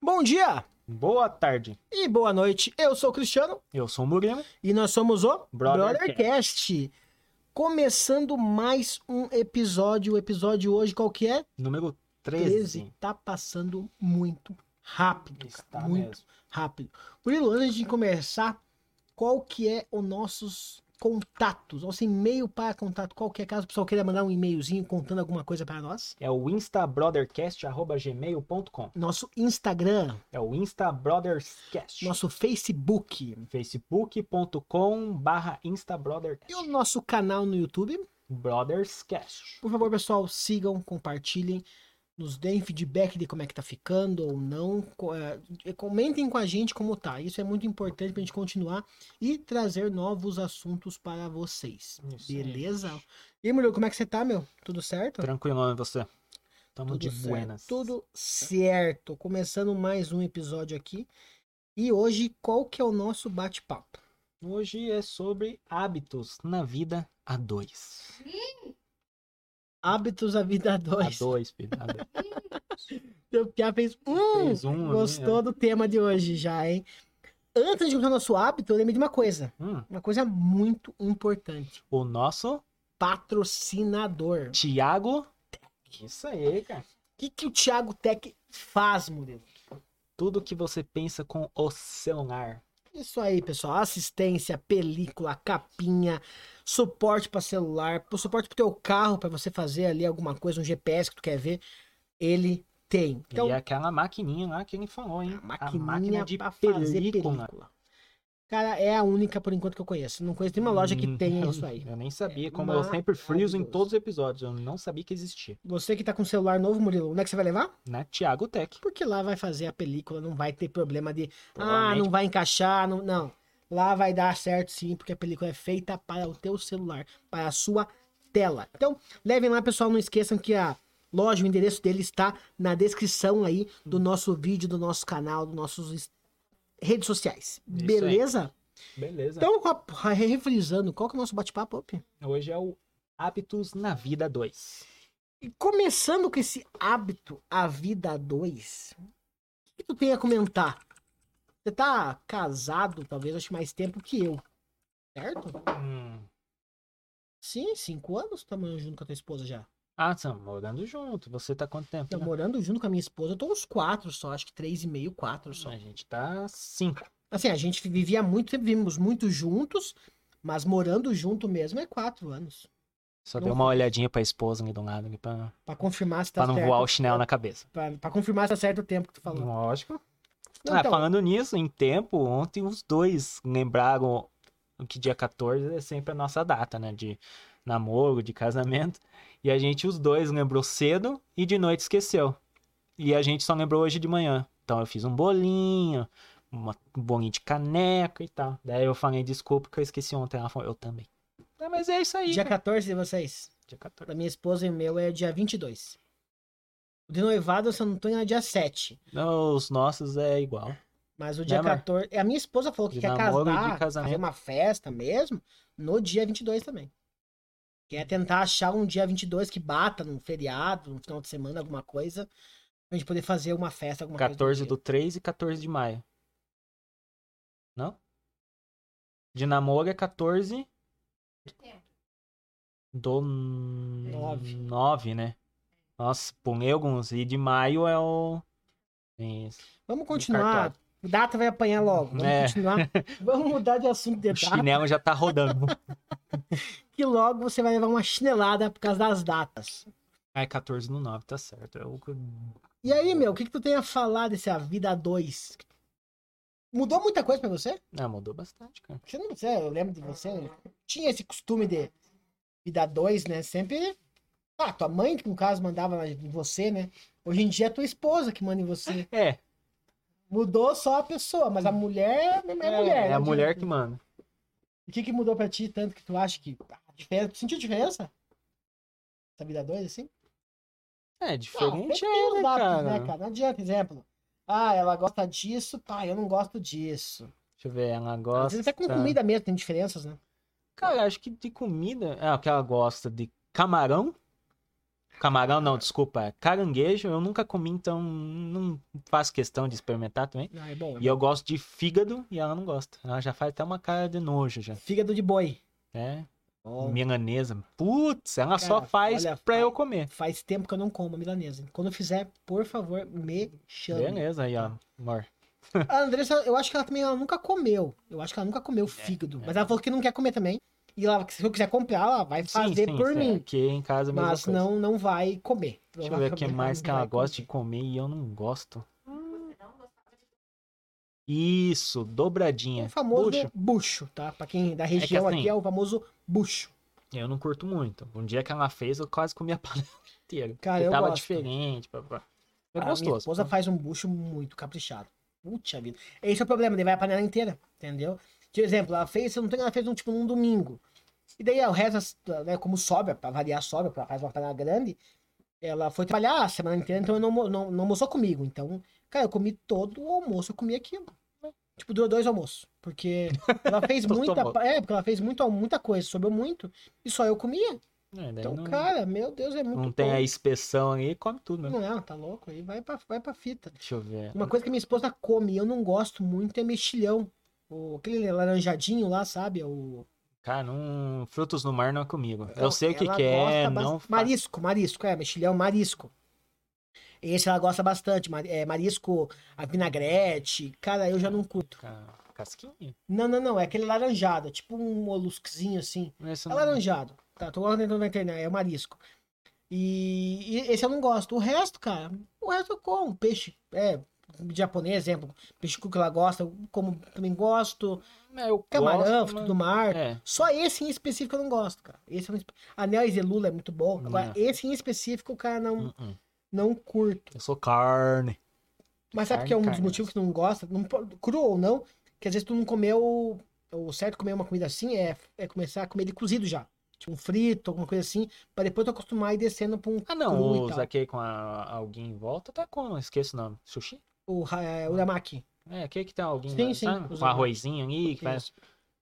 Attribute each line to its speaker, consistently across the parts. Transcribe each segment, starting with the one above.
Speaker 1: Bom dia
Speaker 2: Boa tarde.
Speaker 1: e boa noite. Eu sou o Cristiano
Speaker 2: Eu sou o Murilo.
Speaker 1: e nós somos o
Speaker 2: Brothercast.
Speaker 1: Brothercast. Começando mais um episódio. O episódio hoje qual que é?
Speaker 2: Número 13.
Speaker 1: Tá passando muito rápido. cara,
Speaker 2: Está
Speaker 1: muito
Speaker 2: mesmo.
Speaker 1: rápido. Murilo, antes de começar, qual que é os nossos contatos? Nosso e-mail para contato, qualquer caso, o pessoal queira mandar um e-mailzinho contando alguma coisa para nós.
Speaker 2: É o instabrothercast.gmail.com.
Speaker 1: Nosso Instagram,
Speaker 2: É o instabrotherscast.
Speaker 1: nosso Facebook
Speaker 2: facebook.com barra instabrothercast.
Speaker 1: e o nosso canal no YouTube.
Speaker 2: Brotherscast.
Speaker 1: Por favor, pessoal, sigam, compartilhem, nos deem feedback de como é que tá ficando ou não. co- é, e Comentem com a gente como tá. Isso é muito importante pra gente continuar e trazer novos assuntos para vocês.
Speaker 2: Isso aí.
Speaker 1: Beleza? E aí, Murilo, como é que você tá, meu? Tudo certo?
Speaker 2: Tranquilo, e você? Tamo
Speaker 1: Tudo
Speaker 2: de
Speaker 1: certo,
Speaker 2: buenas.
Speaker 1: Tudo certo. Começando mais um episódio aqui. E hoje, qual que é o nosso bate-papo?
Speaker 2: Hoje é sobre hábitos na vida a dois.
Speaker 1: Hábitos da vida
Speaker 2: A
Speaker 1: 2.
Speaker 2: dois, filho. A dois.
Speaker 1: Seu Piá fez um.
Speaker 2: Fez um ali,
Speaker 1: Gostou do tema de hoje já, hein? Antes de começar o nosso hábito, eu lembrei de uma coisa.
Speaker 2: é. Hum,
Speaker 1: Uma coisa muito importante.
Speaker 2: o nosso
Speaker 1: Patrocinador. O
Speaker 2: Tiago. Isso aí, cara.
Speaker 1: que, que o Thiago Tech faz, Murilo?
Speaker 2: Tudo que você pensa com o celular.
Speaker 1: Isso aí, pessoal. Assistência, película, capinha, suporte para celular, pro- suporte pro teu carro para você fazer ali alguma coisa, um GPS que tu quer ver, ele tem. Então,
Speaker 2: e aquela maquininha lá que ele falou, hein?
Speaker 1: A
Speaker 2: é a máquina
Speaker 1: maquininha
Speaker 2: de
Speaker 1: pra
Speaker 2: película.
Speaker 1: fazer película. Cara, é a única por enquanto que eu conheço. Não conheço nenhuma loja que
Speaker 2: Hum,
Speaker 1: tenha isso aí.
Speaker 2: Eu nem
Speaker 1: É
Speaker 2: sabia, como eu sempre friso em
Speaker 1: maravilhoso.
Speaker 2: todos os episódios, eu não sabia que existia.
Speaker 1: Você que tá com celular novo, Murilo, onde é que você vai levar?
Speaker 2: Na Tiago Tech.
Speaker 1: Porque lá vai fazer a película, não vai ter problema de ah,
Speaker 2: provavelmente.
Speaker 1: não vai encaixar, não, não. Lá vai dar certo sim, porque a película é feita para o teu celular, para a sua tela. Então, levem lá, pessoal, não esqueçam que a loja, o endereço dele está na descrição aí do nosso vídeo, do nosso canal, dos nossos is- redes sociais.
Speaker 2: Isso aí.
Speaker 1: Beleza?
Speaker 2: Beleza.
Speaker 1: Então, rap- refrisando, qual que é o nosso bate-papo, Op?
Speaker 2: Hoje é o Hábitos na Vida 2.
Speaker 1: E começando com esse hábito, a vida a dois, o que tu tem a comentar? Você tá casado, talvez, acho que mais tempo que eu, certo?
Speaker 2: Hum.
Speaker 1: Sim, cinco anos tá morando junto com a tua esposa já.
Speaker 2: Ah, estamos morando junto. Você tá quanto tempo?
Speaker 1: Tô morando junto com a minha esposa, eu tô uns quatro só, acho que três e meio, quatro só.
Speaker 2: A gente tá cinco.
Speaker 1: Assim, a gente vivia muito, sempre vivemos muito juntos, mas morando junto mesmo é quatro anos.
Speaker 2: Só
Speaker 1: Não
Speaker 2: deu uma olhadinha pra esposa ali do lado, ali pra,
Speaker 1: Pra confirmar se tá
Speaker 2: pra não
Speaker 1: certo.
Speaker 2: voar o chinelo na cabeça.
Speaker 1: pra, pra confirmar se tá certo o tempo que tu falou.
Speaker 2: Lógico.
Speaker 1: Não,
Speaker 2: Ah,
Speaker 1: então,
Speaker 2: falando nisso, em tempo, ontem os dois lembraram que dia 14 é sempre a nossa data, né? De namoro, de casamento. E a gente, os dois, lembrou cedo e de noite esqueceu. E a gente só lembrou hoje de manhã. Então eu fiz um bolinho, uma- um bolinho de caneca e tal. Daí eu falei, desculpa que eu esqueci ontem. Ela falou, eu também. Ah, mas é isso aí.
Speaker 1: dia
Speaker 2: cara.
Speaker 1: 14 de vocês?
Speaker 2: Dia
Speaker 1: Pra
Speaker 2: 14.
Speaker 1: minha esposa e o meu é dia 22. O de noivado, se eu não tô indo, é dia 7.
Speaker 2: Não, Os nossos é igual.
Speaker 1: Mas o dia
Speaker 2: Né, amor?
Speaker 1: 14. A minha esposa falou que
Speaker 2: De
Speaker 1: quer
Speaker 2: namoro e de
Speaker 1: casar, fazer
Speaker 2: casamento.
Speaker 1: uma festa mesmo, no dia 22 também. Quer tentar achar um dia 22 que bata num feriado, num final de semana, alguma coisa, pra gente poder fazer uma festa, alguma coisa.
Speaker 2: 14
Speaker 1: do
Speaker 2: do 3 e 14 de maio. Não? De namoro é 14 do
Speaker 1: Nove.
Speaker 2: 9, né? Nossa, pulei alguns. E de maio é o. Isso.
Speaker 1: Vamos continuar. O data vai apanhar logo. Vamos
Speaker 2: É.
Speaker 1: continuar. Vamos mudar de assunto de
Speaker 2: O
Speaker 1: data,
Speaker 2: chinelo já tá rodando.
Speaker 1: que logo você vai levar uma chinelada por causa das datas.
Speaker 2: ah, é 14 no 9, tá certo. É o que eu-
Speaker 1: E aí, meu, o que, que tu tem a falar desse A Vida 2? Mudou muita coisa pra você?
Speaker 2: Ah, mudou bastante, cara.
Speaker 1: Você não você, eu lembro de você. Tinha esse costume de Vida 2, né? Sempre. Ah, tua mãe, que no caso, mandava em você, né? Hoje em dia é tua esposa que manda em você.
Speaker 2: É,
Speaker 1: Mudou só a pessoa, mas a mulher é,
Speaker 2: é,
Speaker 1: mulher.
Speaker 2: é
Speaker 1: né?
Speaker 2: a mulher que manda.
Speaker 1: O que, que mudou pra ti tanto que tu acha que. A diferença... Tu sentiu diferença? Essa vida 2, assim?
Speaker 2: É, diferente
Speaker 1: Ah, tem
Speaker 2: é, né,
Speaker 1: os hábitos,
Speaker 2: cara?
Speaker 1: né, cara? Não adianta, exemplo. Ah, ela gosta disso, pá, eu não gosto disso.
Speaker 2: Deixa eu ver, ela
Speaker 1: Às
Speaker 2: gosta.
Speaker 1: vezes até com comida mesmo tem diferenças, né?
Speaker 2: Cara, acho que de comida. É, o que ela gosta de camarão. Camarão não, desculpa. é Caranguejo eu nunca comi, então não faço questão de experimentar também.
Speaker 1: Ah, é bom.
Speaker 2: E eu gosto de fígado e ela não gosta. Ela já faz até uma cara de nojo já.
Speaker 1: Fígado de boi.
Speaker 2: É, milanesa. Putz, ela só
Speaker 1: Cara,
Speaker 2: faz
Speaker 1: olha,
Speaker 2: pra
Speaker 1: faz-
Speaker 2: eu comer.
Speaker 1: Faz tempo que eu não como milanesa. Quando eu fizer, por favor, me chame.
Speaker 2: Beleza, aí, ó, amor.
Speaker 1: A Andressa, eu acho que ela também ela nunca comeu. Eu acho que ela nunca comeu fígado.
Speaker 2: é.
Speaker 1: Mas ela falou que não quer comer também. E ela, se eu quiser comprar, ela vai fazer por
Speaker 2: sim,
Speaker 1: mim.
Speaker 2: Aqui em casa é a mesma
Speaker 1: Mas
Speaker 2: coisa.
Speaker 1: não, não vai comer.
Speaker 2: Deixa eu ver o que
Speaker 1: Provavelmente
Speaker 2: mais
Speaker 1: não
Speaker 2: que ela
Speaker 1: vai
Speaker 2: gosta de
Speaker 1: comer.
Speaker 2: comer e eu não gosto. Isso, dobradinha.
Speaker 1: O famoso
Speaker 2: Bucho,
Speaker 1: bucho, tá? Pra quem da região
Speaker 2: assim-
Speaker 1: aqui é o famoso bucho.
Speaker 2: eu não curto muito. Um dia que ela fez, eu quase comi a panela inteira.
Speaker 1: Cara,
Speaker 2: porque
Speaker 1: eu
Speaker 2: tava
Speaker 1: gosto.
Speaker 2: diferente. Pá, pá. É
Speaker 1: A minha
Speaker 2: gostoso.
Speaker 1: esposa
Speaker 2: pô.
Speaker 1: faz um bucho muito caprichado. Puta vida. Esse é o problema, ele vai a panela inteira, entendeu? De exemplo, ela fez, se eu não tem, ela fez um tipo num domingo. E daí o resto, né, como sobra, pra variar sobra, pra faz uma panela grande, ela foi trabalhar a semana inteira, então eu não, almo- não, não almoçou comigo. Então, cara, eu comi todo o almoço, eu comi aquilo. Tipo, durou dois almoços. Porque ela fez
Speaker 2: Todo
Speaker 1: muita.
Speaker 2: almoço.
Speaker 1: É, porque ela fez muito, muita coisa, sobrou muito. E só eu comia.
Speaker 2: É, daí
Speaker 1: Então,
Speaker 2: não,
Speaker 1: cara, meu Deus, é muito.
Speaker 2: não tem
Speaker 1: bom.
Speaker 2: a inspeção aí, come tudo mesmo.
Speaker 1: Não, tá louco? Aí vai pra, vai pra fita.
Speaker 2: Deixa eu ver.
Speaker 1: Uma coisa que minha esposa come, e eu não gosto muito, é mexilhão. O, aquele laranjadinho lá, sabe? É O,
Speaker 2: Cara, não... frutos no mar não é comigo. Eu sei o que,
Speaker 1: Ela
Speaker 2: que é,
Speaker 1: gosta bas-
Speaker 2: não faço.
Speaker 1: Marisco, marisco, é, mexilhão, marisco. Esse ela gosta bastante, ma- é, marisco, a vinagrete, cara, eu já não curto.
Speaker 2: Ca- Casquinha?
Speaker 1: Não, não, não, é aquele laranjado, é tipo um moluscozinho assim.
Speaker 2: Esse
Speaker 1: É
Speaker 2: não-
Speaker 1: laranjado, tá? Tô tentando na internet, é o marisco. E, e esse eu não gosto. O resto, cara, o resto eu como. Peixe, é, japonês, exemplo, peixe cru que ela gosta, eu como também gosto.
Speaker 2: É, eu
Speaker 1: Camarão,
Speaker 2: gosto,
Speaker 1: fruto
Speaker 2: mas-
Speaker 1: do mar.
Speaker 2: É,
Speaker 1: Só esse em específico eu não gosto, cara. Esse eu não... Anel e Lula é muito bom. Agora,
Speaker 2: Não.
Speaker 1: esse em específico, cara, não,
Speaker 2: uh-uh.
Speaker 1: não curto.
Speaker 2: eu sou carne.
Speaker 1: Mas sabe
Speaker 2: Carne,
Speaker 1: que é um dos
Speaker 2: carne. né?
Speaker 1: motivos que não gosta? Não, po- cru ou não, que às vezes tu não comeu. O certo de comer uma comida assim é, é começar a comer ele cozido já. Tipo um frito, alguma coisa assim, pra depois tu acostumar e ir descendo pra um
Speaker 2: Ah,
Speaker 1: cru
Speaker 2: não,
Speaker 1: e
Speaker 2: o
Speaker 1: tal.
Speaker 2: Zaquei com a- alguém em volta tá com, esqueço o nome, sushi?
Speaker 1: O, ra- é, o uramaki.
Speaker 2: É, aqui que tem alguém,
Speaker 1: Sim,
Speaker 2: lá,
Speaker 1: sim,
Speaker 2: sabe?
Speaker 1: os
Speaker 2: um arrozinho ali, que faz...
Speaker 1: Isso.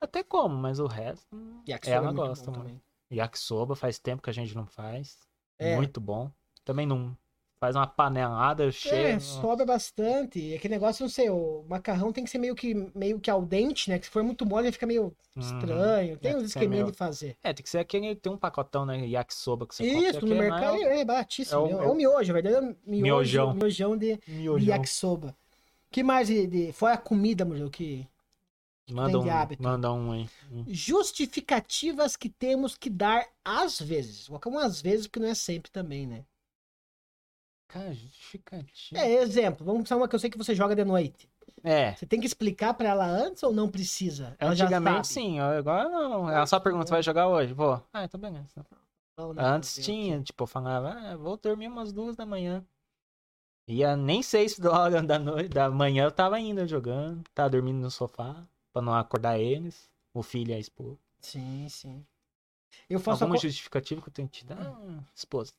Speaker 2: até como, mas o resto... hum.
Speaker 1: Yakisoba
Speaker 2: Ela
Speaker 1: é muito bom
Speaker 2: gosta muito.
Speaker 1: também.
Speaker 2: Yakisoba, faz tempo que a gente não faz,
Speaker 1: É.
Speaker 2: muito bom. Também não faz uma panelada cheia.
Speaker 1: É, sobra bastante. E Aquele negócio, não sei, o macarrão tem que ser meio que, meio que al dente, né? Que se for muito mole, ele fica meio
Speaker 2: Uhum.
Speaker 1: estranho. Tem
Speaker 2: É,
Speaker 1: uns
Speaker 2: tem
Speaker 1: esqueminha
Speaker 2: meu.
Speaker 1: de fazer.
Speaker 2: É, tem que ser aquele, tem um pacotão, né, yakisoba que você compra.
Speaker 1: Isso,
Speaker 2: aqui,
Speaker 1: no
Speaker 2: mas
Speaker 1: mercado
Speaker 2: é
Speaker 1: é, baratíssimo.
Speaker 2: é
Speaker 1: né?
Speaker 2: o-
Speaker 1: É um,
Speaker 2: é o-
Speaker 1: miojo, velho. É um miojo,
Speaker 2: Miojão.
Speaker 1: miojão de,
Speaker 2: um
Speaker 1: de
Speaker 2: miojão.
Speaker 1: é yakisoba. que mais de, de- Fora a comida, Murilo, que...
Speaker 2: Manda
Speaker 1: tem
Speaker 2: um,
Speaker 1: de hábito.
Speaker 2: manda um aí.
Speaker 1: Justificativas que temos que dar às vezes. Vou colocar um às vezes, porque não é sempre também, né?
Speaker 2: Cara, é justificativa.
Speaker 1: É, exemplo. Vamos pensar uma que eu sei que você joga de noite.
Speaker 2: é.
Speaker 1: Você tem que explicar pra ela antes ou não precisa? Ela já sabe.
Speaker 2: Antigamente sim, agora não. Ela só pergunta, vai jogar hoje? Vou. Ah, então beleza.
Speaker 1: Não, né?
Speaker 2: Antes
Speaker 1: Fazer o
Speaker 2: tinha, tipo, eu falava, ah, vou dormir umas duas da manhã. E a nem seis da hora da noite, da manhã eu tava ainda jogando, tava dormindo no sofá, pra não acordar eles, o filho e a esposa.
Speaker 1: Sim, sim. Eu faço
Speaker 2: Alguma
Speaker 1: a... co-
Speaker 2: justificativa que eu tenho que te dar? Ah, esposa.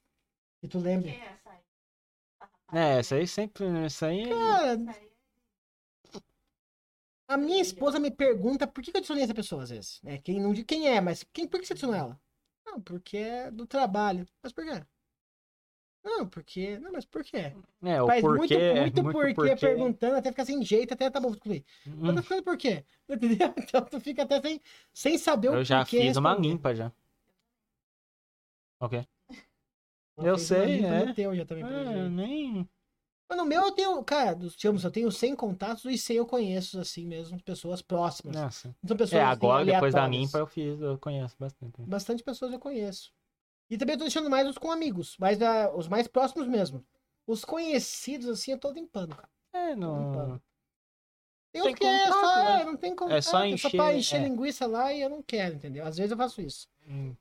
Speaker 1: E tu lembra?
Speaker 2: É, essa aí sempre, essa aí...
Speaker 1: Cara, a minha esposa me pergunta por que que eu adicionei essa pessoa às vezes. Né? Quem não diz quem é, mas quem, por que você adicionou ela? Não, porque é do trabalho. Mas por quê? Não, porque. Não, mas por quê?
Speaker 2: É, o
Speaker 1: Faz
Speaker 2: porquê, é
Speaker 1: muito, muito, porquê,
Speaker 2: porquê.
Speaker 1: perguntando, até ficar sem jeito, até tá bom concluir. Mas
Speaker 2: Hum,
Speaker 1: tá ficando por quê? Entendeu? Então tu fica até sem, sem saber o
Speaker 2: eu já
Speaker 1: porquê
Speaker 2: fiz uma
Speaker 1: responder.
Speaker 2: limpa já. Ok.
Speaker 1: Ela
Speaker 2: Eu
Speaker 1: fez uma
Speaker 2: sei,
Speaker 1: limpa
Speaker 2: é.
Speaker 1: no teu já também, pelo jeito.
Speaker 2: Ah, nem...
Speaker 1: Mas no meu eu tenho, cara, dos filmes eu tenho 100 contatos e 100 eu conheço, assim mesmo, pessoas próximas. Não
Speaker 2: Nossa.
Speaker 1: são pessoas
Speaker 2: É,
Speaker 1: assim,
Speaker 2: agora, depois da
Speaker 1: aleatórias.
Speaker 2: limpa, eu fiz, eu conheço bastante.
Speaker 1: Bastante pessoas eu conheço. E também eu tô deixando mais os com amigos, mas ah, os mais próximos mesmo. Os conhecidos, assim, eu tô limpando, cara.
Speaker 2: É, não.
Speaker 1: Tem
Speaker 2: Tem
Speaker 1: uns que é só,
Speaker 2: contato, né?
Speaker 1: é, não tem contato,
Speaker 2: só
Speaker 1: só
Speaker 2: encher,
Speaker 1: pra encher
Speaker 2: é.
Speaker 1: linguiça lá e eu não quero, entendeu? Às vezes eu faço isso.
Speaker 2: Hum, O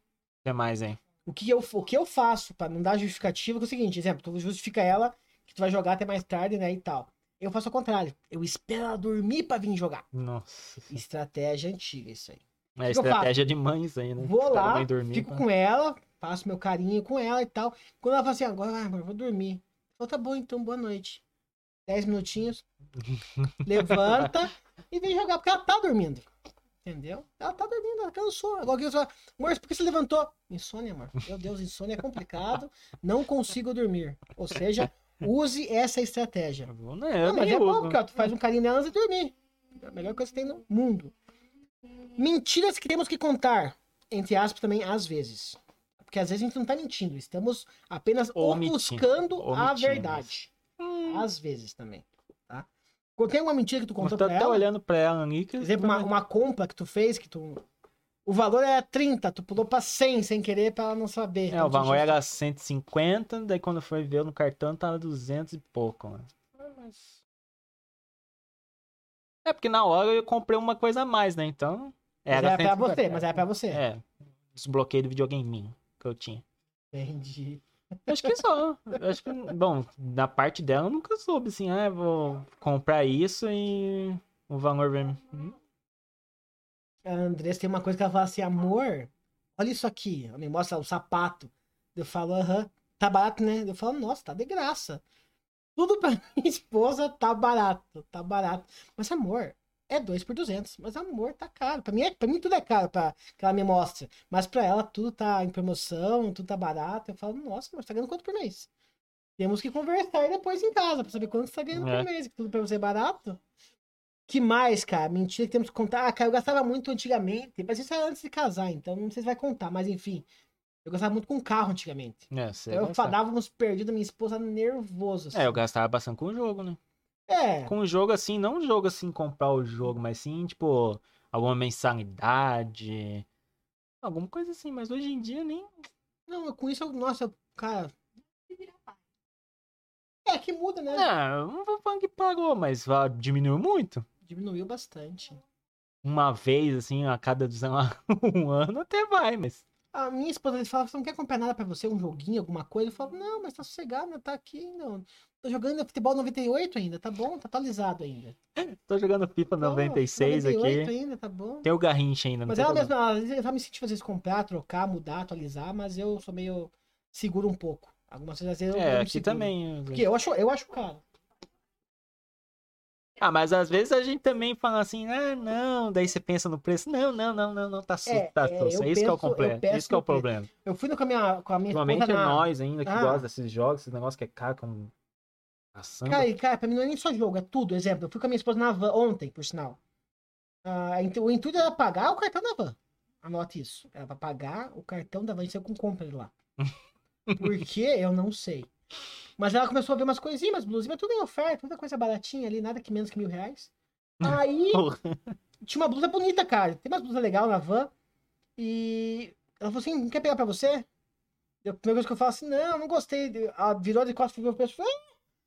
Speaker 2: que mais, hein?
Speaker 1: O que eu, o que eu faço pra não dar justificativa que é o seguinte, exemplo, tu justifica ela que tu vai jogar até mais tarde, né, e tal. Eu faço o contrário. Eu espero ela dormir pra vir jogar.
Speaker 2: Nossa. senhora.
Speaker 1: Estratégia antiga, isso aí.
Speaker 2: É
Speaker 1: que eu
Speaker 2: estratégia de mães aí, né?
Speaker 1: Vou
Speaker 2: Espera a
Speaker 1: lá,
Speaker 2: mãe dormir, tá?
Speaker 1: fico
Speaker 2: pá.
Speaker 1: com ela, faço meu carinho com ela e tal. Quando ela fala assim, agora, ah, amor, vou dormir. Eu falo, tá bom então, boa noite. Dez minutinhos. levanta e vem jogar, porque ela tá dormindo. Entendeu? Ela tá dormindo, ela cansou. Agora que fala, amor, por que você levantou? Insônia, amor. Meu Deus, insônia é complicado. Não consigo dormir. Ou seja, use essa estratégia.
Speaker 2: Eu vou, né? Eu
Speaker 1: Não, mas
Speaker 2: nem
Speaker 1: é
Speaker 2: uso.
Speaker 1: bom, porque ó, tu faz um carinho nela antes de dormir. É a melhor coisa que tem no mundo. Mentiras que temos que contar. Entre aspas também, às vezes. Porque às vezes a gente não tá mentindo. Estamos apenas
Speaker 2: Omitindo,
Speaker 1: ofuscando a
Speaker 2: omitindo. Hum.
Speaker 1: verdade. Às vezes também. Tá? Tem uma mentira que tu
Speaker 2: Mas
Speaker 1: contou
Speaker 2: tá,
Speaker 1: pra
Speaker 2: tá
Speaker 1: ela?
Speaker 2: olhando pra ela ali. Que
Speaker 1: Por exemplo, uma, uma compra que tu fez, que tu. O valor era 30, tu pulou pra 100 sem querer pra ela não saber. Então,
Speaker 2: É, o valor era 150, daí quando foi ver no cartão tava 200 e pouco, né? mano. É porque na hora eu comprei uma coisa a mais, né? Então.
Speaker 1: Era, era pra
Speaker 2: 150.
Speaker 1: você, mas era pra você.
Speaker 2: É. Desbloqueio do videogame que eu tinha.
Speaker 1: Entendi.
Speaker 2: Eu Acho que só. Eu Acho que, bom, na parte dela eu nunca soube assim, ah, eu vou comprar isso e o valor vai. Hum,
Speaker 1: A Andressa tem uma coisa que ela fala assim: amor, olha isso aqui. Ela me mostra o sapato. Eu falo, aham, tá barato, né? Eu falo, nossa, tá de graça. Tudo pra minha esposa tá barato, tá barato. Mas amor, é 2 por 200. Mas amor, tá caro. Pra mim, é, pra mim tudo é caro pra, que ela me mostra. Mas pra ela tudo tá em promoção, tudo tá barato. Eu falo, nossa, mas tá ganhando quanto por mês? Temos que conversar depois em casa pra saber quanto você tá ganhando
Speaker 2: É.
Speaker 1: por mês. Que tudo pra você é barato. Que mais, cara? Mentira que temos que contar. Ah, cara, eu gastava muito antigamente. Mas isso era antes de casar, então não sei se vai contar. Mas enfim, eu gastava muito com carro antigamente.
Speaker 2: É, você
Speaker 1: Eu
Speaker 2: gastava.
Speaker 1: fadava uns perdidos, minha esposa nervoso. assim.
Speaker 2: É, eu gastava bastante com o jogo, né?
Speaker 1: É,
Speaker 2: com o jogo assim, não um jogo assim, comprar o jogo, mas sim, tipo, alguma mensalidade, alguma coisa assim, mas hoje em dia nem.
Speaker 1: não, eu- com isso, eu, nossa, eu- cara. É que muda, né?
Speaker 2: Ah, Não, não vou falar que pagou, mas ah, diminuiu muito.
Speaker 1: Diminuiu bastante.
Speaker 2: Uma vez, assim, a cada sei lá, um ano até vai, mas.
Speaker 1: A minha esposa ele fala: você não quer comprar nada pra você, um joguinho, alguma coisa? Eu falo: não, mas tá sossegado, né? tá aqui, não. Tô jogando futebol 98 ainda, tá bom, tá atualizado ainda.
Speaker 2: Tô jogando FIFA
Speaker 1: Não,
Speaker 2: 96
Speaker 1: 98
Speaker 2: aqui.
Speaker 1: ainda, tá bom.
Speaker 2: Tem um né? o Garrincha ainda, não
Speaker 1: Mas
Speaker 2: tem
Speaker 1: ela
Speaker 2: problema.
Speaker 1: mesma, ela, às vezes, ela me sentiu às vezes comprar, trocar, mudar, atualizar, mas eu sou meio seguro um pouco. Algumas vezes às vezes, eu
Speaker 2: É,
Speaker 1: não me
Speaker 2: aqui
Speaker 1: seguro.
Speaker 2: também.
Speaker 1: Porque eu acho, eu acho caro.
Speaker 2: Ah, mas às vezes a gente também fala assim, ah, não, daí você pensa no preço. Não, não, não, não, não, tá susto,
Speaker 1: É,
Speaker 2: tá
Speaker 1: é,
Speaker 2: susto.
Speaker 1: eu
Speaker 2: É isso que é
Speaker 1: penso-
Speaker 2: o
Speaker 1: eu
Speaker 2: problema.
Speaker 1: peço
Speaker 2: Isso que é o
Speaker 1: no preço.
Speaker 2: problema.
Speaker 1: Eu fui no- com a minha, com a minha esposa
Speaker 2: Principalmente
Speaker 1: na...
Speaker 2: nós ainda que
Speaker 1: Ah.
Speaker 2: gosta desses jogos, esses negócios que é caro, como ação.
Speaker 1: Cara, e, cara, pra mim não é nem só jogo, é tudo. Exemplo, eu fui com a minha esposa na van ontem, por sinal. Ah, ent- o intuito era pagar o cartão da van. Anote isso. Era pra pagar o cartão da van, isso é com compra lá. Por quê? Eu não sei. Mas ela começou a ver umas coisinhas, umas blusinhas, tudo em oferta, toda coisa baratinha ali, nada que menos que mil reais. Aí,
Speaker 2: Porra.
Speaker 1: tinha uma blusa bonita, cara. Tem umas blusas legais na van. E ela falou assim: não quer pegar pra você? Eu, a primeira coisa que eu falo assim: não, não gostei. Ela virou de costas pro meu preço. Falei,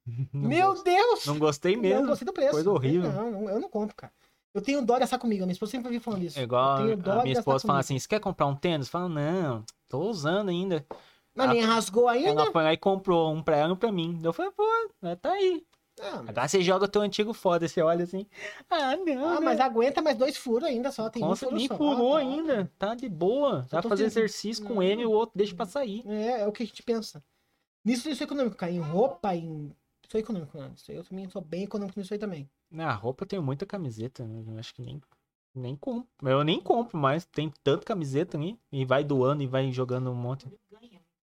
Speaker 2: Não
Speaker 1: "Ah, meu
Speaker 2: gostei-
Speaker 1: Deus!
Speaker 2: Não gostei
Speaker 1: Não
Speaker 2: mesmo.
Speaker 1: gostei do preço.
Speaker 2: Coisa horrível.
Speaker 1: Não, não, eu não compro, cara. Eu tenho dó de gastar comigo. A minha esposa sempre vive falando isso.
Speaker 2: É igual
Speaker 1: eu tenho dó
Speaker 2: a
Speaker 1: de
Speaker 2: minha
Speaker 1: gastar
Speaker 2: esposa fala
Speaker 1: comigo.
Speaker 2: assim: você quer comprar um tênis? Fala, não, tô usando ainda.
Speaker 1: Mas nem rasgou ainda?
Speaker 2: Ela foi lá e comprou um pra ela e um pra mim. Eu falei, pô, tá aí.
Speaker 1: Ah, mas-
Speaker 2: Agora você joga o teu antigo foda, você olha assim. Ah, não.
Speaker 1: ah,
Speaker 2: né?
Speaker 1: mas aguenta mais dois furos ainda só. Tem um
Speaker 2: Nossa,
Speaker 1: furo
Speaker 2: nem
Speaker 1: só.
Speaker 2: furou
Speaker 1: Ah, tá.
Speaker 2: ainda. Tá de boa.
Speaker 1: Só
Speaker 2: Vai
Speaker 1: tô
Speaker 2: fazer
Speaker 1: feliz.
Speaker 2: exercício com ele e o outro deixa pra sair.
Speaker 1: É, é o que a gente pensa. Nisso, isso é econômico, cara. Em roupa, em. Sou econômico, né? Isso aí Eu também sou bem econômico nisso aí também.
Speaker 2: Na Né, roupa eu tenho muita camiseta, né? eu acho que nem, nem compro. Eu nem compro, mas tem tanta camiseta ali e vai doando e vai jogando um monte.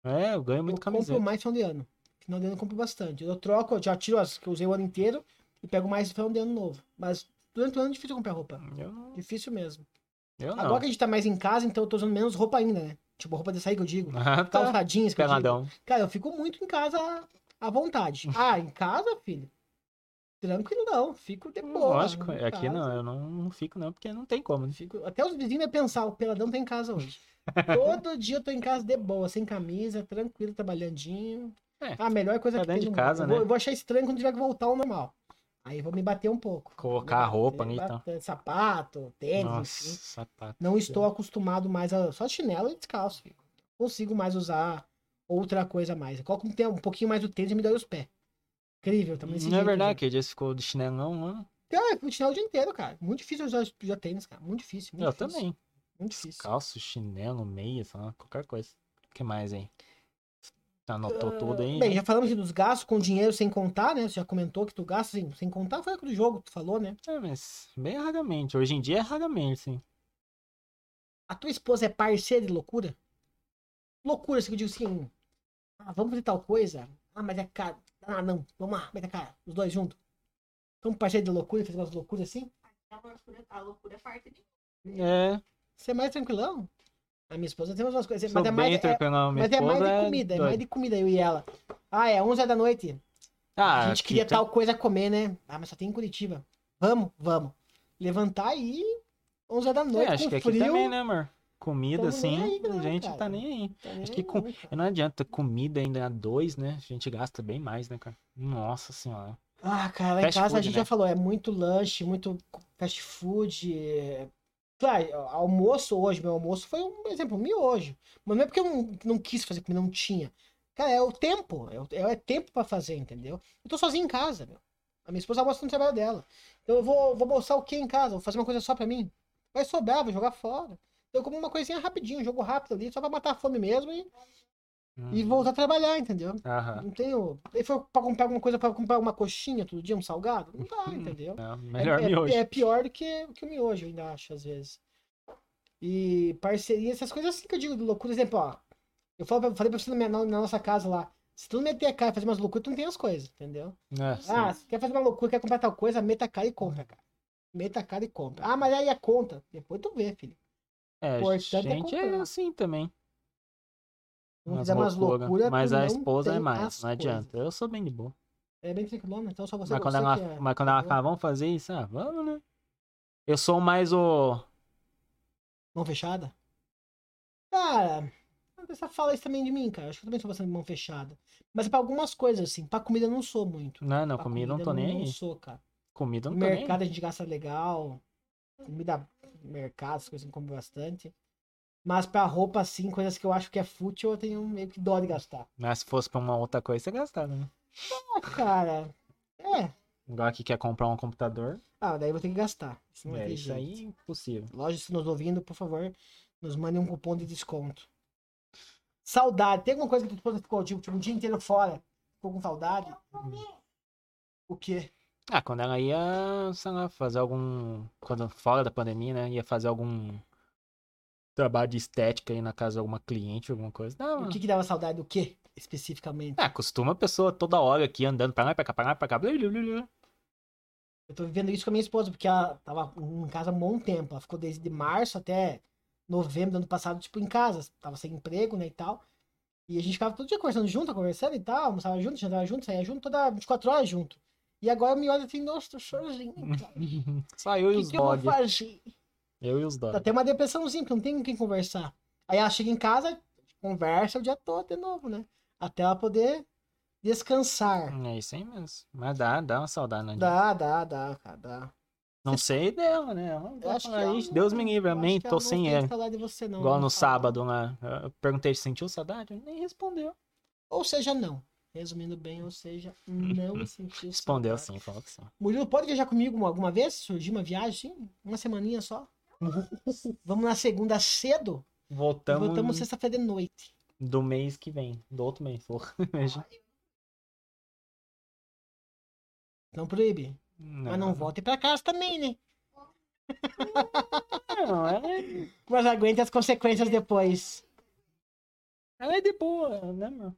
Speaker 2: É, eu ganho muito
Speaker 1: eu
Speaker 2: camiseta.
Speaker 1: compro mais final de ano. Final de ano eu compro bastante. Eu troco, eu já tiro as que eu usei o ano inteiro e pego mais no final de ano novo. Mas durante o ano é difícil comprar roupa.
Speaker 2: Eu não.
Speaker 1: Difícil mesmo.
Speaker 2: Eu não.
Speaker 1: Agora que a gente tá mais em casa, então eu tô usando menos roupa ainda, né? Tipo, roupa de sair que eu digo.
Speaker 2: Ah, tá.
Speaker 1: Calça jeans que eu digo.
Speaker 2: Peladão.
Speaker 1: Cara, eu fico muito em casa à vontade.
Speaker 2: Hum.
Speaker 1: Ah, em casa, filho? Tranquilo não. Fico de boa.
Speaker 2: Hum, Lógico, é
Speaker 1: em
Speaker 2: aqui
Speaker 1: casa.
Speaker 2: não, eu não, não fico não, porque não tem como. né?
Speaker 1: Fico- Até os vizinhos iam pensar, o Peladão tá em casa hoje. Todo dia eu tô em casa de boa, sem camisa, tranquilo, trabalhandinho.
Speaker 2: É,
Speaker 1: a melhor coisa
Speaker 2: tá
Speaker 1: que
Speaker 2: dentro
Speaker 1: tem
Speaker 2: de
Speaker 1: no mundo.
Speaker 2: casa,
Speaker 1: Eu
Speaker 2: né?
Speaker 1: vou- Eu vou achar estranho quando tiver que voltar ao normal. Aí eu vou me bater um pouco.
Speaker 2: Colocar
Speaker 1: Vou
Speaker 2: a roupa
Speaker 1: bater,
Speaker 2: ali, então.
Speaker 1: bater, Sapato, tênis,
Speaker 2: Nossa,
Speaker 1: enfim.
Speaker 2: sapato.
Speaker 1: assim. Não estou acostumado mais a. Só chinelo e descalço. Filho. Não Consigo mais usar outra coisa a mais. Eu coloco um, te- um pouquinho mais do tênis e me dói os pés. Incrível, também
Speaker 2: Não é verdade, que dia você ficou de chinelão né? lá.
Speaker 1: Cara, eu fico de chinelo ah, o dia inteiro, cara. Muito difícil usar, usar tênis, cara. Muito difícil. Muito
Speaker 2: Eu
Speaker 1: difícil,
Speaker 2: também.
Speaker 1: Muito difícil.
Speaker 2: Calço, chinelo, meia, sei lá, qualquer coisa. O que mais aí? Anotou tudo aí?
Speaker 1: Ah, Bem,
Speaker 2: né?
Speaker 1: já falamos aqui dos gastos com dinheiro sem contar, né? Você já comentou que tu
Speaker 2: Ah,
Speaker 1: gasta sem, sem contar, foi aquele jogo que tu falou, né?
Speaker 2: É, mas bem raramente. Hoje em dia é raramente, sim.
Speaker 1: A tua esposa é parceira de loucura? Loucura, se eu digo assim, ah, vamos fazer tal coisa. Ah, mas é caro. Ah, não, vamos lá, mas é caro. Os dois juntos. Então, parceiro de loucura, fazer umas loucuras assim?
Speaker 3: A loucura, a loucura é parte de
Speaker 2: É,
Speaker 1: Você é mais tranquilão? A minha esposa tem umas coisas.
Speaker 2: sou
Speaker 1: Mas é
Speaker 2: bem
Speaker 1: mais, é,
Speaker 2: tranquilo. não, minha
Speaker 1: mas é mais
Speaker 2: esposa
Speaker 1: de comida, é
Speaker 2: doida.
Speaker 1: mais de comida, eu e ela. Ah, é 11 da noite.
Speaker 2: Ah,
Speaker 1: A gente
Speaker 2: aqui
Speaker 1: queria
Speaker 2: tem-
Speaker 1: tal coisa comer, né? Ah, mas só tem em Curitiba. Vamos, vamos. Levantar e 11 da noite,
Speaker 2: É, acho
Speaker 1: com
Speaker 2: que aqui
Speaker 1: frio.
Speaker 2: também, né, amor?
Speaker 1: tamo
Speaker 2: Comida,
Speaker 1: nem
Speaker 2: assim,
Speaker 1: aí, não,
Speaker 2: a gente
Speaker 1: cara.
Speaker 2: tá nem aí.
Speaker 1: Também
Speaker 2: acho que
Speaker 1: não,
Speaker 2: com-
Speaker 1: cara.
Speaker 2: E não adianta, comida ainda a dois, né? A gente gasta bem mais, né, cara? Nossa senhora.
Speaker 1: Ah, cara, lá em
Speaker 2: Fast
Speaker 1: casa a
Speaker 2: food,
Speaker 1: gente
Speaker 2: né?
Speaker 1: já falou, é muito lanche, muito fast food. é- Claro, almoço hoje, meu almoço foi um exemplo, um miojo. Mas não é porque eu não, não quis fazer comida, não tinha. Cara, é o tempo, é, o, é tempo pra fazer, entendeu? Eu tô sozinho em casa, meu. A minha esposa almoça no trabalho dela. Então eu vou, vou almoçar o quê em casa? Vou fazer uma coisa só pra mim? Vai sobrar, vou jogar fora. Então eu como uma coisinha rapidinho, um jogo rápido ali, só pra matar a fome mesmo e, e
Speaker 2: Hum.
Speaker 1: voltar a trabalhar, entendeu?
Speaker 2: Aham.
Speaker 1: Não tenho. Ele foi pra comprar alguma coisa pra comprar uma coxinha todo dia, um salgado? Não dá, entendeu?
Speaker 2: Não, Hum, melhor
Speaker 1: é, é-
Speaker 2: miojo.
Speaker 1: É, pior do que, que o miojo, eu ainda acho, às vezes. E parceria, essas coisas assim que eu digo de loucura. Por exemplo, ó. Eu falo pra- falei pra você na, minha- na- na nossa casa lá. Se tu não meter a cara e fazer umas loucuras, tu não tem as coisas, entendeu?
Speaker 2: É, sim.
Speaker 1: Ah, se quer fazer uma loucura, quer comprar tal coisa, meta a cara e compra, cara. Meta a cara e compra. Ah, mas aí a conta. Depois tu vê, filho.
Speaker 2: É, a
Speaker 1: importante é
Speaker 2: gente é
Speaker 1: comprar.
Speaker 2: assim também.
Speaker 1: Vamos
Speaker 2: umas
Speaker 1: fazer umas
Speaker 2: loucura.
Speaker 1: loucuras.
Speaker 2: Mas
Speaker 1: tu
Speaker 2: a
Speaker 1: não
Speaker 2: esposa é
Speaker 1: tem
Speaker 2: mais,
Speaker 1: as
Speaker 2: não adianta.
Speaker 1: coisas.
Speaker 2: Eu sou bem de boa.
Speaker 1: É bem tranquilo, né? Então só você
Speaker 2: mas, quando
Speaker 1: você
Speaker 2: ela,
Speaker 1: que é-
Speaker 2: mas quando ela
Speaker 1: entendeu?
Speaker 2: fala, vamos fazer isso, ah, vamos, né? Eu sou mais o.
Speaker 1: Mão fechada? Cara, a pessoa fala isso também de mim, cara. Acho que eu também sou bastante mão fechada. Mas pra algumas coisas, assim, pra comida eu não sou muito.
Speaker 2: Não, né, não,
Speaker 1: Pra
Speaker 2: comida eu não tô nem
Speaker 1: Não
Speaker 2: aí.
Speaker 1: sou, cara.
Speaker 2: Comida eu
Speaker 1: No
Speaker 2: não tô nem aí.
Speaker 1: mercado a gente gasta legal. Comida, mercado, essas coisas eu compro bastante. Mas pra roupa, assim, coisas que eu acho que é fútil, eu tenho meio que dó de gastar.
Speaker 2: Mas se fosse pra uma outra coisa, você gastava, né?
Speaker 1: Ah, cara. É.
Speaker 2: Igual que quer comprar um computador.
Speaker 1: Ah, daí eu vou ter que gastar. Isso não vai
Speaker 2: É,
Speaker 1: ter
Speaker 2: isso aí é
Speaker 1: jeito.
Speaker 2: impossível.
Speaker 1: Loja, se nos ouvindo, por favor, nos mande um cupom de desconto. Saudade. Tem alguma coisa que tu esposa ficou tipo, tipo, um dia inteiro fora? Ficou com saudade? O quê?
Speaker 2: Ah, quando ela ia, sei lá, fazer algum. Quando fora da pandemia, né? Ia fazer algum trabalho de estética aí na casa de alguma cliente, alguma coisa. Não,
Speaker 1: O que que dava saudade? do quê, especificamente?
Speaker 2: Ah, costuma a pessoa toda hora aqui andando pra lá, pra cá, pra lá, pra cá. Blá, blá, blá, blá.
Speaker 1: Eu tô vivendo isso com a minha esposa, porque ela tava em casa há um bom tempo. Ela ficou desde março até novembro do ano passado, tipo, em casa. Tava sem emprego, né, e tal. E a gente ficava todo dia conversando junto, conversando e tal. Almoçava junto, jantava junto, saía junto, toda 24 horas junto. E agora eu me olho assim, nossa, tô sozinho, cara.
Speaker 2: Só eu e
Speaker 1: O
Speaker 2: os
Speaker 1: que, que eu vou
Speaker 2: dog.
Speaker 1: fazer? Tá
Speaker 2: Eu e os
Speaker 1: Dá
Speaker 2: dog.
Speaker 1: até uma depressãozinha, porque não tem com quem conversar. Aí ela chega em casa, conversa o dia todo de novo, né? Até ela poder descansar.
Speaker 2: É isso aí mesmo. Mas dá, dá uma saudade, né?
Speaker 1: Dá, dá, dá, cara, dá.
Speaker 2: Não sei dela, né? Ela não
Speaker 1: Eu
Speaker 2: vai
Speaker 1: acho que
Speaker 2: falar,
Speaker 1: ela
Speaker 2: "Ixi,
Speaker 1: não-
Speaker 2: Deus me livre,
Speaker 1: eu acho
Speaker 2: amém,
Speaker 1: que
Speaker 2: tô
Speaker 1: ela não
Speaker 2: sem
Speaker 1: tem
Speaker 2: ela.
Speaker 1: saudade de você, não. tá
Speaker 2: Igual
Speaker 1: ela
Speaker 2: no
Speaker 1: não fala.
Speaker 2: sábado lá. Eu perguntei se sentiu saudade, nem respondeu.
Speaker 1: Ou seja, não. Resumindo bem, ou seja, não sentiu
Speaker 2: Respondeu
Speaker 1: saudade.
Speaker 2: sim, falou que sim.
Speaker 1: Murilo, pode viajar comigo alguma vez? Surgir uma viagem? Sim, uma semaninha só? Vamos na segunda cedo? e
Speaker 2: Voltamos,
Speaker 1: Voltamos sexta-feira de noite.
Speaker 2: do mês que vem, do outro mês. porra. Imagina.
Speaker 1: Não proíbe.
Speaker 2: Não,
Speaker 1: Mas não volte pra casa também, né?
Speaker 2: Não, ela é,
Speaker 1: Mas aguente as consequências depois.
Speaker 2: ela é de boa, né, meu?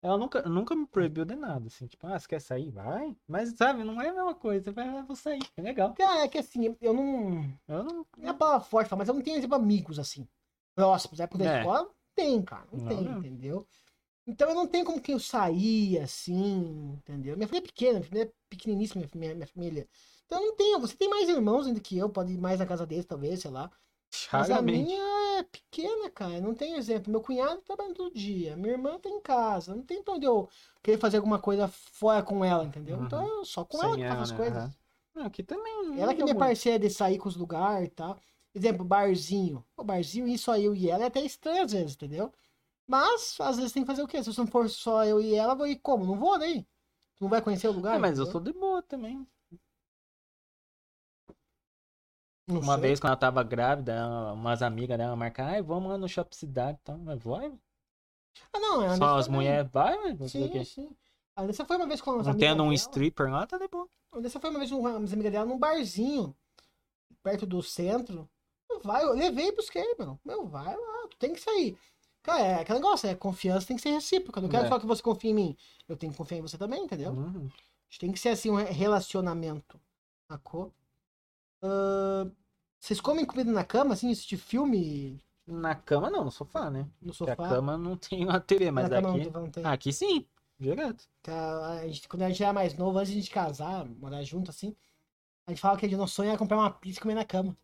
Speaker 2: Ela nunca, nunca me proibiu de nada, assim, tipo, ah, você quer sair? Vai. Mas, sabe, não é a mesma coisa, você vai, ah, vou sair, é legal.
Speaker 1: Cara, é que assim, eu não.
Speaker 2: Eu não,
Speaker 1: Não é a palavra forte, mas eu não tenho, tipo, amigos assim. Próximos. Na época da
Speaker 2: É.
Speaker 1: escola, tipo, ah, não tem, cara. Não,
Speaker 2: Não, né?
Speaker 1: tem,
Speaker 2: não.
Speaker 1: entendeu? Então eu não tenho como que eu sair assim, entendeu? Minha família é pequena, minha família é pequeniníssima, minha, minha- minha família. Então eu não tenho. Você tem mais irmãos ainda que eu, pode ir mais na casa deles, talvez, sei lá. Mas a
Speaker 2: raramente.
Speaker 1: minha é pequena, cara. eu Não tem exemplo. Meu cunhado trabalha todo dia. Minha irmã tá em casa. Não tem pra onde eu querer fazer alguma coisa fora com ela, entendeu?
Speaker 2: Uhum.
Speaker 1: Então eu só com
Speaker 2: Sem
Speaker 1: ela que faço
Speaker 2: ela,
Speaker 1: as
Speaker 2: né?
Speaker 1: coisas.
Speaker 2: Aham. Não, aqui também. não
Speaker 1: Ela que é minha
Speaker 2: deu muito.
Speaker 1: parceira de sair com os lugares e tal. Exemplo, barzinho. O barzinho, e só eu e ela é até estranho às vezes, entendeu? Mas, às vezes tem que fazer o quê? Se não for só eu e ela, eu vou ir como? Não vou, né? Tu não vai conhecer o lugar?
Speaker 2: Ah, mas eu
Speaker 1: entendeu?
Speaker 2: sou de boa também.
Speaker 1: Não
Speaker 2: Uma
Speaker 1: sei.
Speaker 2: vez, quando ela tava grávida, ela- umas amigas dela marcaram, ai, vamos lá no Shopping Cidade e tal. Mas vai,
Speaker 1: Ah, não, é
Speaker 2: só as mulheres, vai, mas não sei o
Speaker 1: Sim,
Speaker 2: quê.
Speaker 1: sim. A Andressa foi uma vez com as
Speaker 2: Não
Speaker 1: amigas
Speaker 2: tendo um
Speaker 1: dela.
Speaker 2: stripper lá, tá de boa.
Speaker 1: A Andressa foi uma vez com as amigas dela num barzinho, perto do centro. Não Vai, eu levei e busquei, mano. Meu, vai lá, tu tem que sair. Cara, é aquele negócio, é confiança tem que ser recíproca. Não quero
Speaker 2: É.
Speaker 1: só que você confie em mim. Eu tenho que confiar em você também, entendeu?
Speaker 2: Uhum.
Speaker 1: Acho que Tem que ser assim um re- relacionamento. Sacou? Ahn, vocês comem comida na cama, assim, assistir filme
Speaker 2: Na cama não, no sofá, né?
Speaker 1: no
Speaker 2: Porque
Speaker 1: sofá?
Speaker 2: a cama não tem uma TV, mas
Speaker 1: na cama
Speaker 2: aqui.
Speaker 1: não, não tem.
Speaker 2: Aqui sim, direto.
Speaker 1: Cara, Tá, a gente- quando a gente era mais novo, antes de a gente casar, morar junto, assim, a gente falava que o nosso sonho era comprar uma pizza e comer na cama,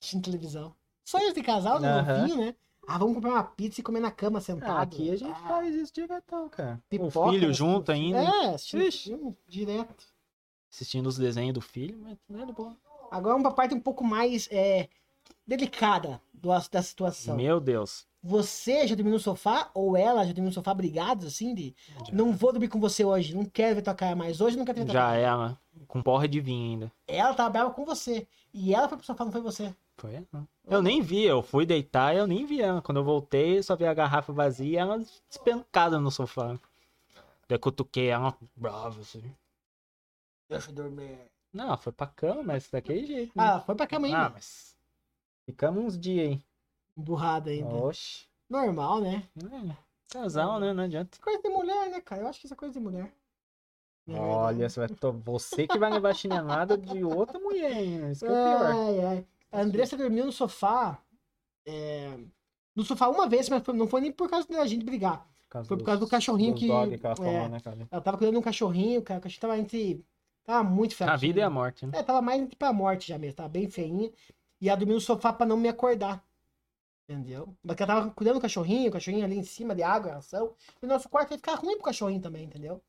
Speaker 1: assistindo televisão. Sonhos de casal, né?
Speaker 2: Aham.
Speaker 1: Novinho, né? Ah, vamos comprar uma pizza e comer na cama sentado.
Speaker 2: Ah, aqui a gente
Speaker 1: Ah,
Speaker 2: faz isso diretão, cara.
Speaker 1: pipoca,
Speaker 2: o filho
Speaker 1: né?
Speaker 2: junto ainda,
Speaker 1: É, assistindo
Speaker 2: Ixi.
Speaker 1: filme direto.
Speaker 2: assistindo os desenhos do filho, mas não é de boa.
Speaker 1: Agora uma parte um pouco mais é, delicada do, as- da situação.
Speaker 2: Meu Deus.
Speaker 1: Você já dormiu no sofá ou ela já dormiu no sofá brigados, assim, de não vou dormir com você hoje, não quero ver tua cara mais hoje, não quero ver tua
Speaker 2: Já
Speaker 1: cara.
Speaker 2: ela, com porra de vinho ainda.
Speaker 1: Ela tava brava com você. E ela foi pro sofá, não foi você.
Speaker 2: Foi ela. Eu
Speaker 1: Uhum.
Speaker 2: nem vi, eu fui deitar e eu nem vi ela. Quando eu voltei, eu só vi a garrafa vazia e ela despencada no sofá. Daí eu cutuquei ela, brava assim.
Speaker 1: Deixa eu dormir.
Speaker 2: Não, ela foi pra cama, mas daquele jeito. né?
Speaker 1: Ah, foi pra cama ainda.
Speaker 2: Ah, mas. Ficamos uns dias, hein?
Speaker 1: Emburrada ainda.
Speaker 2: Oxi.
Speaker 1: Normal, né?
Speaker 2: É, casal, né? Não adianta.
Speaker 1: Coisa de mulher, né, cara? Eu acho que isso é coisa de mulher. Na É verdade.
Speaker 2: Olha, você, vai to- você que vai levar chinelada de outra mulher ainda. Isso que é o pior.
Speaker 1: Ai, ai. A Andressa dormiu no sofá. é, No sofá uma vez, mas foi- não foi nem por causa da gente brigar. Foi por causa do cachorrinho que-
Speaker 2: Dog que ela
Speaker 1: é.
Speaker 2: toma, né, cara?
Speaker 1: Ela tava cuidando de um cachorrinho, cara. O cachorro tava entre. Tava muito fraco.
Speaker 2: A vida e a morte, né?
Speaker 1: É, tava mais tipo a morte já mesmo, tava bem feinha. E ela dormiu no sofá pra não me acordar. Entendeu? Mas que ela tava cuidando do cachorrinho, o cachorrinho ali em cima de água, ração. E o nosso quarto ia ficar ruim pro cachorrinho também, entendeu?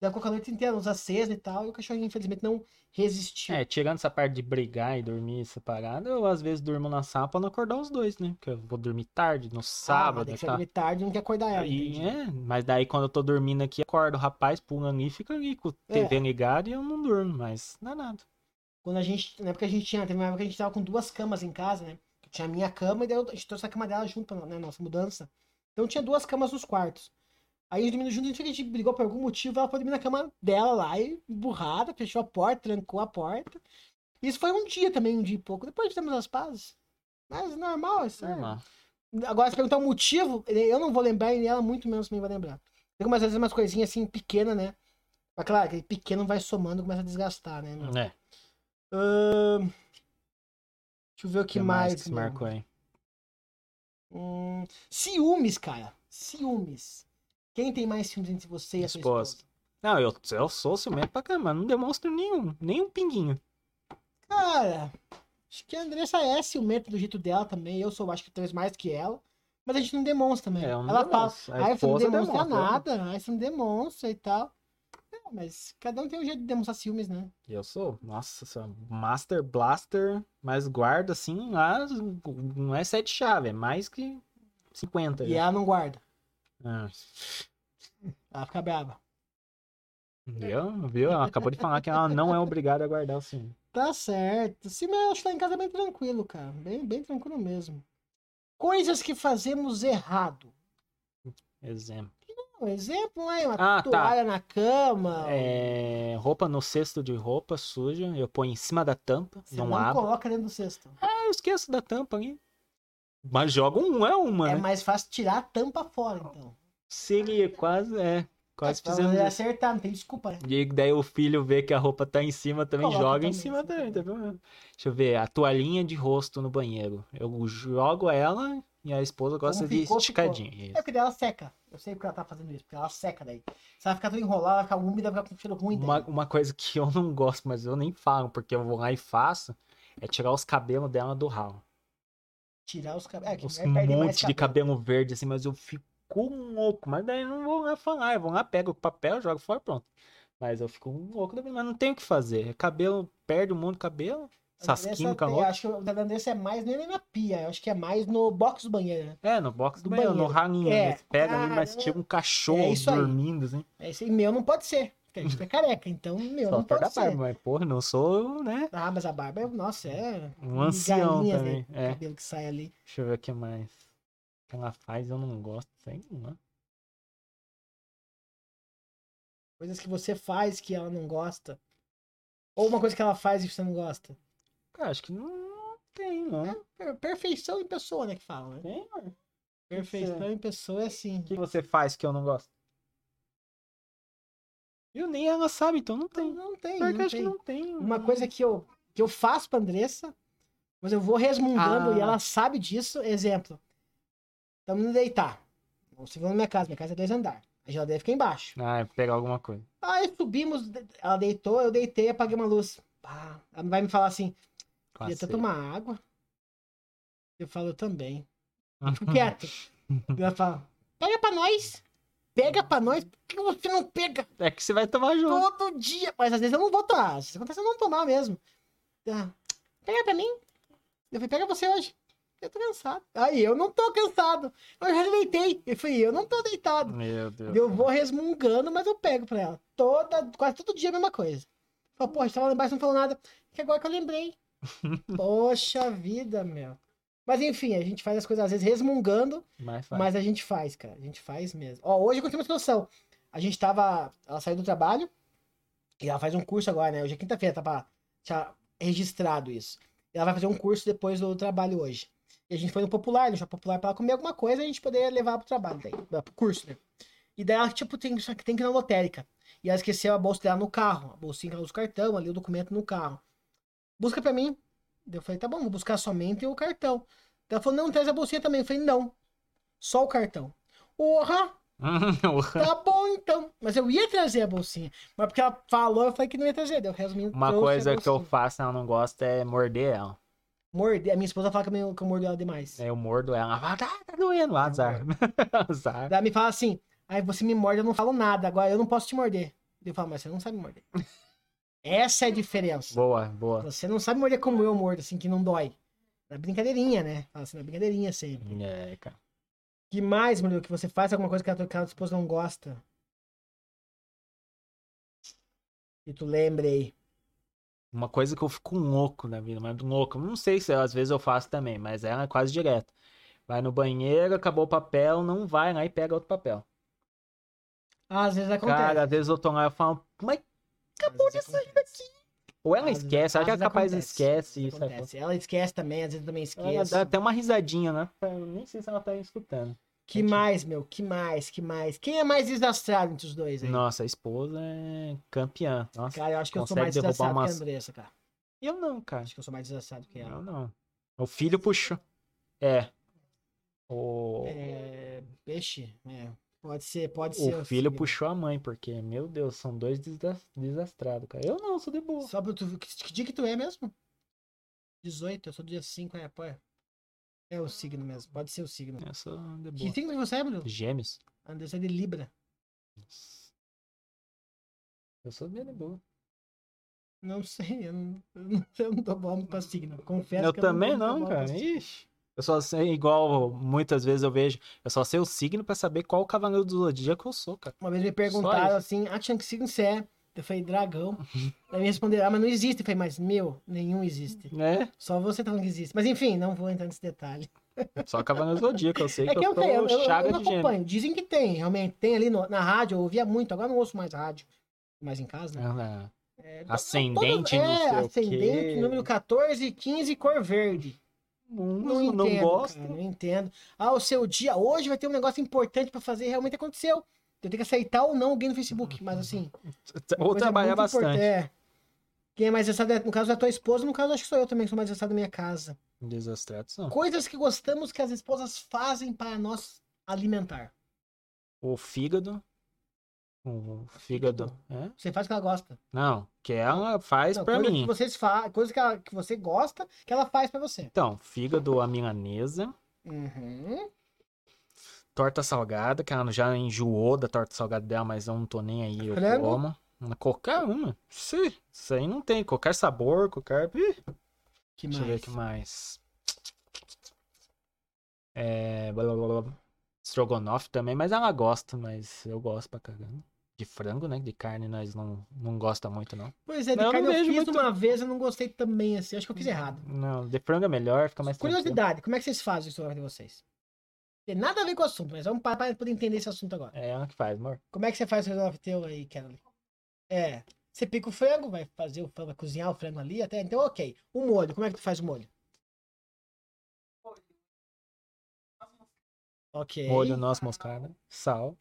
Speaker 1: Ela ficou com a noite inteira, nos acesa e tal, e o cachorrinho infelizmente não resistiu.
Speaker 2: É, tirando essa parte de brigar e dormir separado, eu às vezes durmo na sala pra não acordar os dois, né? Porque eu vou dormir tarde, no
Speaker 1: Ah,
Speaker 2: sábado tá.
Speaker 1: tem
Speaker 2: e
Speaker 1: que
Speaker 2: tal.
Speaker 1: dormir tarde, não quer acordar ela.
Speaker 2: Aí,
Speaker 1: entende?
Speaker 2: é, mas daí quando eu tô dormindo aqui, acorda o rapaz pulando ali, fica ali com o
Speaker 1: É.
Speaker 2: TV ligado e eu não durmo, mas não é nada.
Speaker 1: Quando a gente, na época a gente tinha, teve uma época que a gente tava com duas camas em casa, né? Tinha a minha cama e daí eu- a gente trouxe a cama dela junto pra né, nossa mudança. Então tinha duas camas nos quartos. Aí a gente dormindo junto, a gente, a gente brigou por algum motivo, ela foi dormir na cama dela lá, e burrada, fechou a porta, trancou a porta. Isso foi um dia também, um dia e pouco. Depois fizemos as pazes. Mas normal, isso é.
Speaker 2: Normal.
Speaker 1: Agora, se perguntar o motivo, eu não vou lembrar e ela muito menos me vai lembrar. Tem algumas vezes umas coisinhas assim, pequenas, né? Mas claro, aquele pequeno vai somando, começa a desgastar, né? meu?
Speaker 2: É, o
Speaker 1: Ahn, Deixa eu ver o que,
Speaker 2: que
Speaker 1: mais.
Speaker 2: mais que se
Speaker 1: meu?
Speaker 2: marcou aí?
Speaker 1: Hum, ciúmes, cara. Ciúmes. Quem tem mais ciúmes entre você e a sua
Speaker 2: Esposa.
Speaker 1: esposa?
Speaker 2: Não, eu, eu sou ciumento pra caramba, não demonstro nenhum, nenhum pinguinho.
Speaker 1: Cara, acho que a Andressa é ciumenta do jeito dela também. Eu sou, acho que talvez mais que ela. Mas a gente não demonstra, né?
Speaker 2: É, eu não
Speaker 1: ela fala,
Speaker 2: demonstro. A
Speaker 1: aí você não
Speaker 2: esposa
Speaker 1: demonstra
Speaker 2: demonstra, né?"
Speaker 1: nada, aí você não demonstra e tal. É, mas cada um tem um jeito de demonstrar ciúmes, né?
Speaker 2: Eu sou, nossa, sou Master Blaster, mas guarda assim lá, não é sete chave, é mais que 50.
Speaker 1: E
Speaker 2: já.
Speaker 1: ela não guarda.
Speaker 2: Ah,
Speaker 1: Ela fica brava.
Speaker 2: viu? Viu? Ela acabou de falar que ela não é obrigada a guardar o sim.
Speaker 1: Tá certo. Sim, mas eu acho que lá em casa é bem tranquilo, cara. Bem, bem tranquilo mesmo. Coisas que fazemos errado.
Speaker 2: Exemplo.
Speaker 1: Um exemplo é uma
Speaker 2: Ah, tá.
Speaker 1: toalha na cama. um
Speaker 2: É, roupa no cesto de roupa suja, eu ponho em cima da tampa,
Speaker 1: Você
Speaker 2: não,
Speaker 1: não,
Speaker 2: abro.
Speaker 1: coloca dentro do cesto.
Speaker 2: Ah, eu esqueço da tampa ali. Mas joga um, é uma,
Speaker 1: É
Speaker 2: né?
Speaker 1: mais fácil tirar a tampa fora, então.
Speaker 2: Seria quase, é. Quase
Speaker 1: Mas pra
Speaker 2: fizemos
Speaker 1: você
Speaker 2: isso.
Speaker 1: acertar, não tem desculpa, né?
Speaker 2: E daí o filho vê que a roupa tá em cima também,
Speaker 1: Coloca
Speaker 2: joga em
Speaker 1: também,
Speaker 2: cima
Speaker 1: sim,
Speaker 2: também, tá vendo? Deixa eu ver, a toalhinha de rosto no banheiro. Eu jogo ela e a esposa gosta de
Speaker 1: ficou, ficou.
Speaker 2: esticadinha.
Speaker 1: É porque daí ela seca. Eu sei porque ela tá fazendo isso, porque ela seca daí. Se ela ficar toda enrolada, ela fica úmida, vai ficar com cheiro ruim. daí.
Speaker 2: Uma, uma coisa que eu não gosto, mas eu nem falo, porque eu vou lá e faço, é tirar os cabelos dela do ralo.
Speaker 1: Tirar os cabelos. É, que
Speaker 2: Os
Speaker 1: mulher perde mais
Speaker 2: monte de cabelo verde, assim, mas eu fico um louco. Mas daí eu não vou lá falar, eu vou lá, pego o papel, jogo fora, pronto. Mas eu fico um louco, também, mas não tem o que fazer. É Cabelo, perde um monte de cabelo, essas
Speaker 1: Andressa
Speaker 2: químicas
Speaker 1: tem-
Speaker 2: loucas.
Speaker 1: acho que o da Andressa é mais nem na pia, eu acho que é mais no box do banheiro, né?
Speaker 2: É, no box do
Speaker 1: Do
Speaker 2: banheiro, no
Speaker 1: banheiro.
Speaker 2: ralinho.
Speaker 1: É.
Speaker 2: Eles pegam ali, mas
Speaker 1: Caramba.
Speaker 2: tira um cachorro
Speaker 1: É isso aí.
Speaker 2: dormindo, assim.
Speaker 1: É isso aí, meu não pode ser. Porque a gente é careca, então meu
Speaker 2: Só
Speaker 1: não
Speaker 2: perto da
Speaker 1: pode ser.
Speaker 2: barba, mas porra, não sou, né?
Speaker 1: Ah, mas a barba, é- nossa, é.
Speaker 2: Um ancião
Speaker 1: galinhas,
Speaker 2: também.
Speaker 1: Né? O
Speaker 2: É.
Speaker 1: cabelo que sai ali.
Speaker 2: Deixa eu ver o que mais. O que ela faz, eu não gosto. Sei lá.
Speaker 1: Coisas que você faz que ela não gosta. Ou uma coisa que ela faz e você não gosta.
Speaker 2: Cara, acho que não Tem, né?
Speaker 1: Per- Perfeição em pessoa, né? Que falam, né?
Speaker 2: Tem, mano.
Speaker 1: Perfeição em pessoa é assim.
Speaker 2: O que você faz que eu não gosto? Eu nem ela sabe, então não
Speaker 1: Não,
Speaker 2: tem.
Speaker 1: não tem,
Speaker 2: Pior que eu
Speaker 1: não
Speaker 2: acho que
Speaker 1: tem.
Speaker 2: não tem.
Speaker 1: Uma coisa que eu, que eu faço pra Andressa, mas eu vou resmungando
Speaker 2: Ah.
Speaker 1: e ela sabe disso. Exemplo. Estamos indo deitar. Vamos seguir na minha casa. Minha casa é dois andares. A geladeira fica embaixo.
Speaker 2: Ah, é pegar alguma coisa.
Speaker 1: Aí subimos, de- ela deitou, eu deitei, apaguei uma luz. Pá, ela vai me falar assim, queria até
Speaker 2: Cacete.
Speaker 1: tomar água. Eu falo, eu também. Eu Fico quieto. ela fala, pega pra nós. Pega pra nós. Por que você não pega?
Speaker 2: É que você vai tomar junto.
Speaker 1: Todo dia. Mas às vezes eu não vou tomar. Se acontece, eu não tomar mesmo. Ah, pega pra mim. Eu falei, pega você hoje. Eu tô cansado. Aí, eu não tô cansado. Eu já deitei. Eu falei, eu não tô deitado.
Speaker 2: Meu Deus.
Speaker 1: Eu vou resmungando, mas eu pego pra ela. Toda, quase todo dia a mesma coisa. Fala, pô, a gente tava lá embaixo e não falou nada. Que agora que eu lembrei. Poxa vida, meu. Mas enfim, a gente faz as coisas às vezes resmungando
Speaker 2: Mas faz.
Speaker 1: mas a gente faz, cara. A gente faz mesmo. Ó, hoje aconteceu uma situação. A gente tava. Ela saiu do trabalho e ela faz um curso agora, né? Hoje é quinta-feira, tá pra, já registrado isso. E ela vai fazer um curso depois do trabalho hoje. E a gente foi no popular, no shopping popular, pra ela comer alguma coisa e a gente poder levar pro trabalho daí, pra- pro curso, né? E daí ela, tipo, tem, só que tem que ir na lotérica. E ela esqueceu a bolsa dela no carro. A bolsinha ela usa o cartão, ali o documento no carro. Busca pra mim. Daí Eu falei, tá bom, vou buscar somente o cartão. Daí Ela falou, não, traz a bolsinha também. Eu falei, não. Só o cartão. Porra, tá bom então. Mas eu ia trazer a bolsinha. Mas porque ela falou, eu falei que não ia trazer. Deu resumindo.
Speaker 2: Uma
Speaker 1: trouxe a
Speaker 2: coisa que eu
Speaker 1: bolsinha.
Speaker 2: faço, ela não gosta, é morder ela.
Speaker 1: Morder. A minha esposa fala que eu, que eu mordo ela demais.
Speaker 2: Eu mordo ela, ela fala, tá, tá doendo, azar. azar.
Speaker 1: Daí ela me fala assim: aí você me morde, eu não falo nada. Agora eu não posso te morder. Eu falo, mas você não sabe morder. Essa é a diferença.
Speaker 2: Boa, boa.
Speaker 1: Você não sabe morder como eu mordo, assim, que não dói. Na brincadeirinha, né? Fala assim, na brincadeirinha sempre.
Speaker 2: É, cara.
Speaker 1: que mais, Murilo, que você faz alguma coisa que a tua, que a tua esposa não gosta? E tu lembra aí.
Speaker 2: Uma coisa que eu fico louco na vida, mas louco. Não sei se às vezes eu faço também, mas ela é quase direto. Vai no banheiro, acabou o papel, não vai lá e pega outro papel.
Speaker 1: Às vezes acontece.
Speaker 2: Cara, às vezes eu tô lá e eu falo, mas
Speaker 1: acabou de sair daqui.
Speaker 2: ou ela
Speaker 1: Às vezes-
Speaker 2: esquece, acho que
Speaker 1: às
Speaker 2: ela é
Speaker 1: vezes
Speaker 2: capaz
Speaker 1: acontece,
Speaker 2: esquece isso. acontece.
Speaker 1: Acontece. Ela esquece também, às vezes eu também
Speaker 2: Ela dá
Speaker 1: esqueço.
Speaker 2: até uma risadinha, né? Eu nem sei se ela tá escutando.
Speaker 1: Que mais, meu? Que mais? Que mais? Quem é mais desastrado entre os dois aí?
Speaker 2: Nossa, a esposa é campeã. Nossa,
Speaker 1: Cara, eu acho que eu sou
Speaker 2: Consegue
Speaker 1: mais
Speaker 2: derrubar
Speaker 1: desastrado que
Speaker 2: umas-
Speaker 1: a Andressa, cara.
Speaker 2: eu não, cara.
Speaker 1: Acho que eu sou mais desastrado que ela.
Speaker 2: Eu não. O filho puxou. É. O,
Speaker 1: É... Peixe? É. Pode ser, pode ser.
Speaker 2: o filho puxou a mãe, porque, meu Deus, são dois desda- desastrados, cara. Eu não, sou de boa.
Speaker 1: Só pra tu ver. Que, que dia que tu é mesmo? 18, eu sou do dia 5, é, pô. É, é o signo mesmo, pode ser o signo.
Speaker 2: Eu sou de
Speaker 1: Que
Speaker 2: É, boa.
Speaker 1: signo que você é, Bruno?
Speaker 2: Gêmeos.
Speaker 1: Anderson é de Libra.
Speaker 2: Eu sou bem de boa.
Speaker 1: Não sei, eu não, eu não, eu não dou bola pra signo. Confesso
Speaker 2: eu
Speaker 1: que
Speaker 2: também
Speaker 1: eu não, dou bola
Speaker 2: não,
Speaker 1: pra
Speaker 2: cara.
Speaker 1: signo.
Speaker 2: Ixi. Eu só sei, igual muitas vezes eu vejo, eu só sei o signo pra saber qual cavaleiro do zodíaco eu sou, cara.
Speaker 1: Uma vez me
Speaker 2: Só isso.
Speaker 1: perguntaram assim, ah, Tian, que signo você é? Eu falei, dragão. Aí me responderam, ah, mas não existe. Eu falei, mas meu, nenhum existe.
Speaker 2: Né?
Speaker 1: Só você tá falando que existe. Mas enfim, não vou entrar nesse detalhe.
Speaker 2: É Só cavaleiro do zodíaco, eu sei
Speaker 1: É
Speaker 2: que,
Speaker 1: que
Speaker 2: eu
Speaker 1: eu,
Speaker 2: sou
Speaker 1: tenho, eu, eu- eu
Speaker 2: chaga
Speaker 1: não
Speaker 2: de gêmeo.
Speaker 1: acompanho. Dizem que tem, realmente. Tem ali no- na rádio, eu ouvia muito, agora não ouço mais rádio. Mais em casa, né?
Speaker 2: Ah,
Speaker 1: É,
Speaker 2: Ascendente,
Speaker 1: todas-
Speaker 2: não
Speaker 1: é,
Speaker 2: sei o
Speaker 1: ascendente,
Speaker 2: quê.
Speaker 1: número 14, 15, cor verde.
Speaker 2: não,
Speaker 1: Não,
Speaker 2: não,
Speaker 1: entendo,
Speaker 2: gosto.
Speaker 1: cara, não entendo. Ah, o seu dia hoje vai ter um negócio importante pra fazer, realmente aconteceu. Eu tenho que aceitar ou não alguém no Facebook, mas assim... coisa
Speaker 2: Ou Uhum. trabalhar
Speaker 1: muito
Speaker 2: bastante.
Speaker 1: importante. É. Quem é mais estressado, é, no caso, é a tua esposa, no caso, acho que sou eu também que sou mais estressado da minha casa.
Speaker 2: Desastrados não.
Speaker 1: Coisas que gostamos que as esposas fazem para nós alimentar.
Speaker 2: O fígado. O fígado. É?
Speaker 1: Você faz o que ela gosta.
Speaker 2: Não, que ela faz
Speaker 1: Não,
Speaker 2: pra
Speaker 1: coisa
Speaker 2: mim.
Speaker 1: Que vocês fa... Coisa que, ela- que você gosta, que ela faz pra você.
Speaker 2: Então, fígado à milanesa,
Speaker 1: Uhum.
Speaker 2: torta salgada, que ela já enjoou da torta salgada dela, mas eu não tô nem aí, eu
Speaker 1: Frango?
Speaker 2: como. Qualquer uma. Sim, isso aí não tem. Qualquer sabor, qualquer. Ih,
Speaker 1: Que
Speaker 2: deixa eu ver
Speaker 1: mais?
Speaker 2: o que mais. É. Blá, blá, blá, blá. Strogonoff também, mas ela gosta, mas eu gosto pra caramba. De frango, né? De carne nós não, não gosta muito, não.
Speaker 1: Pois é, de
Speaker 2: Não, eu
Speaker 1: carne
Speaker 2: não
Speaker 1: eu
Speaker 2: vejo
Speaker 1: fiz
Speaker 2: muito- Uhum.
Speaker 1: uma vez, eu não gostei também, assim. Acho que eu fiz errado.
Speaker 2: Não, de frango é melhor, fica mais tranquilo.
Speaker 1: Curiosidade, como é que vocês fazem isso na hora de vocês? Tem nada a ver com o assunto, mas vamos para para poder entender esse assunto agora.
Speaker 2: É ela que faz, amor.
Speaker 1: Como é que você faz o estrogonofe teu aí, Carol? É, você pica o frango, vai fazer o frango, vai cozinhar o frango ali, até então ok. O molho, como é que tu faz o molho? Ok.
Speaker 2: Molho, noz moscada, sal,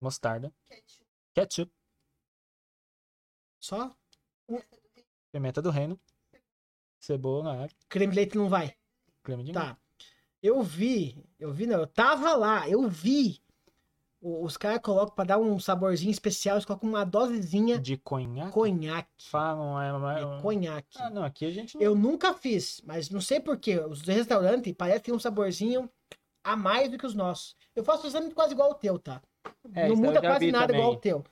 Speaker 3: Mostarda,
Speaker 2: mostarda,
Speaker 3: ketchup,
Speaker 2: ketchup,
Speaker 1: Só
Speaker 3: pimenta do reino,
Speaker 2: pimenta do reino, cebola,
Speaker 1: creme de leite não vai.
Speaker 2: creme de milho.
Speaker 1: Tá. Eu vi, eu vi não, eu tava lá, eu vi. O- Os caras colocam pra dar um saborzinho especial, eles colocam uma dosezinha de
Speaker 2: De conhaque?
Speaker 1: conhaque.
Speaker 2: Falam, é,
Speaker 1: É
Speaker 2: mas...
Speaker 1: conhaque.
Speaker 2: Ah, não, aqui a gente não...
Speaker 1: Eu nunca fiz, mas não sei porquê. Os do restaurante parece que tem um saborzinho a mais do que os nossos. Eu faço o exame quase igual ao teu, tá?
Speaker 2: É,
Speaker 1: não
Speaker 2: isso eu
Speaker 1: muda
Speaker 2: já
Speaker 1: quase
Speaker 2: vi
Speaker 1: nada
Speaker 2: também.
Speaker 1: igual ao teu.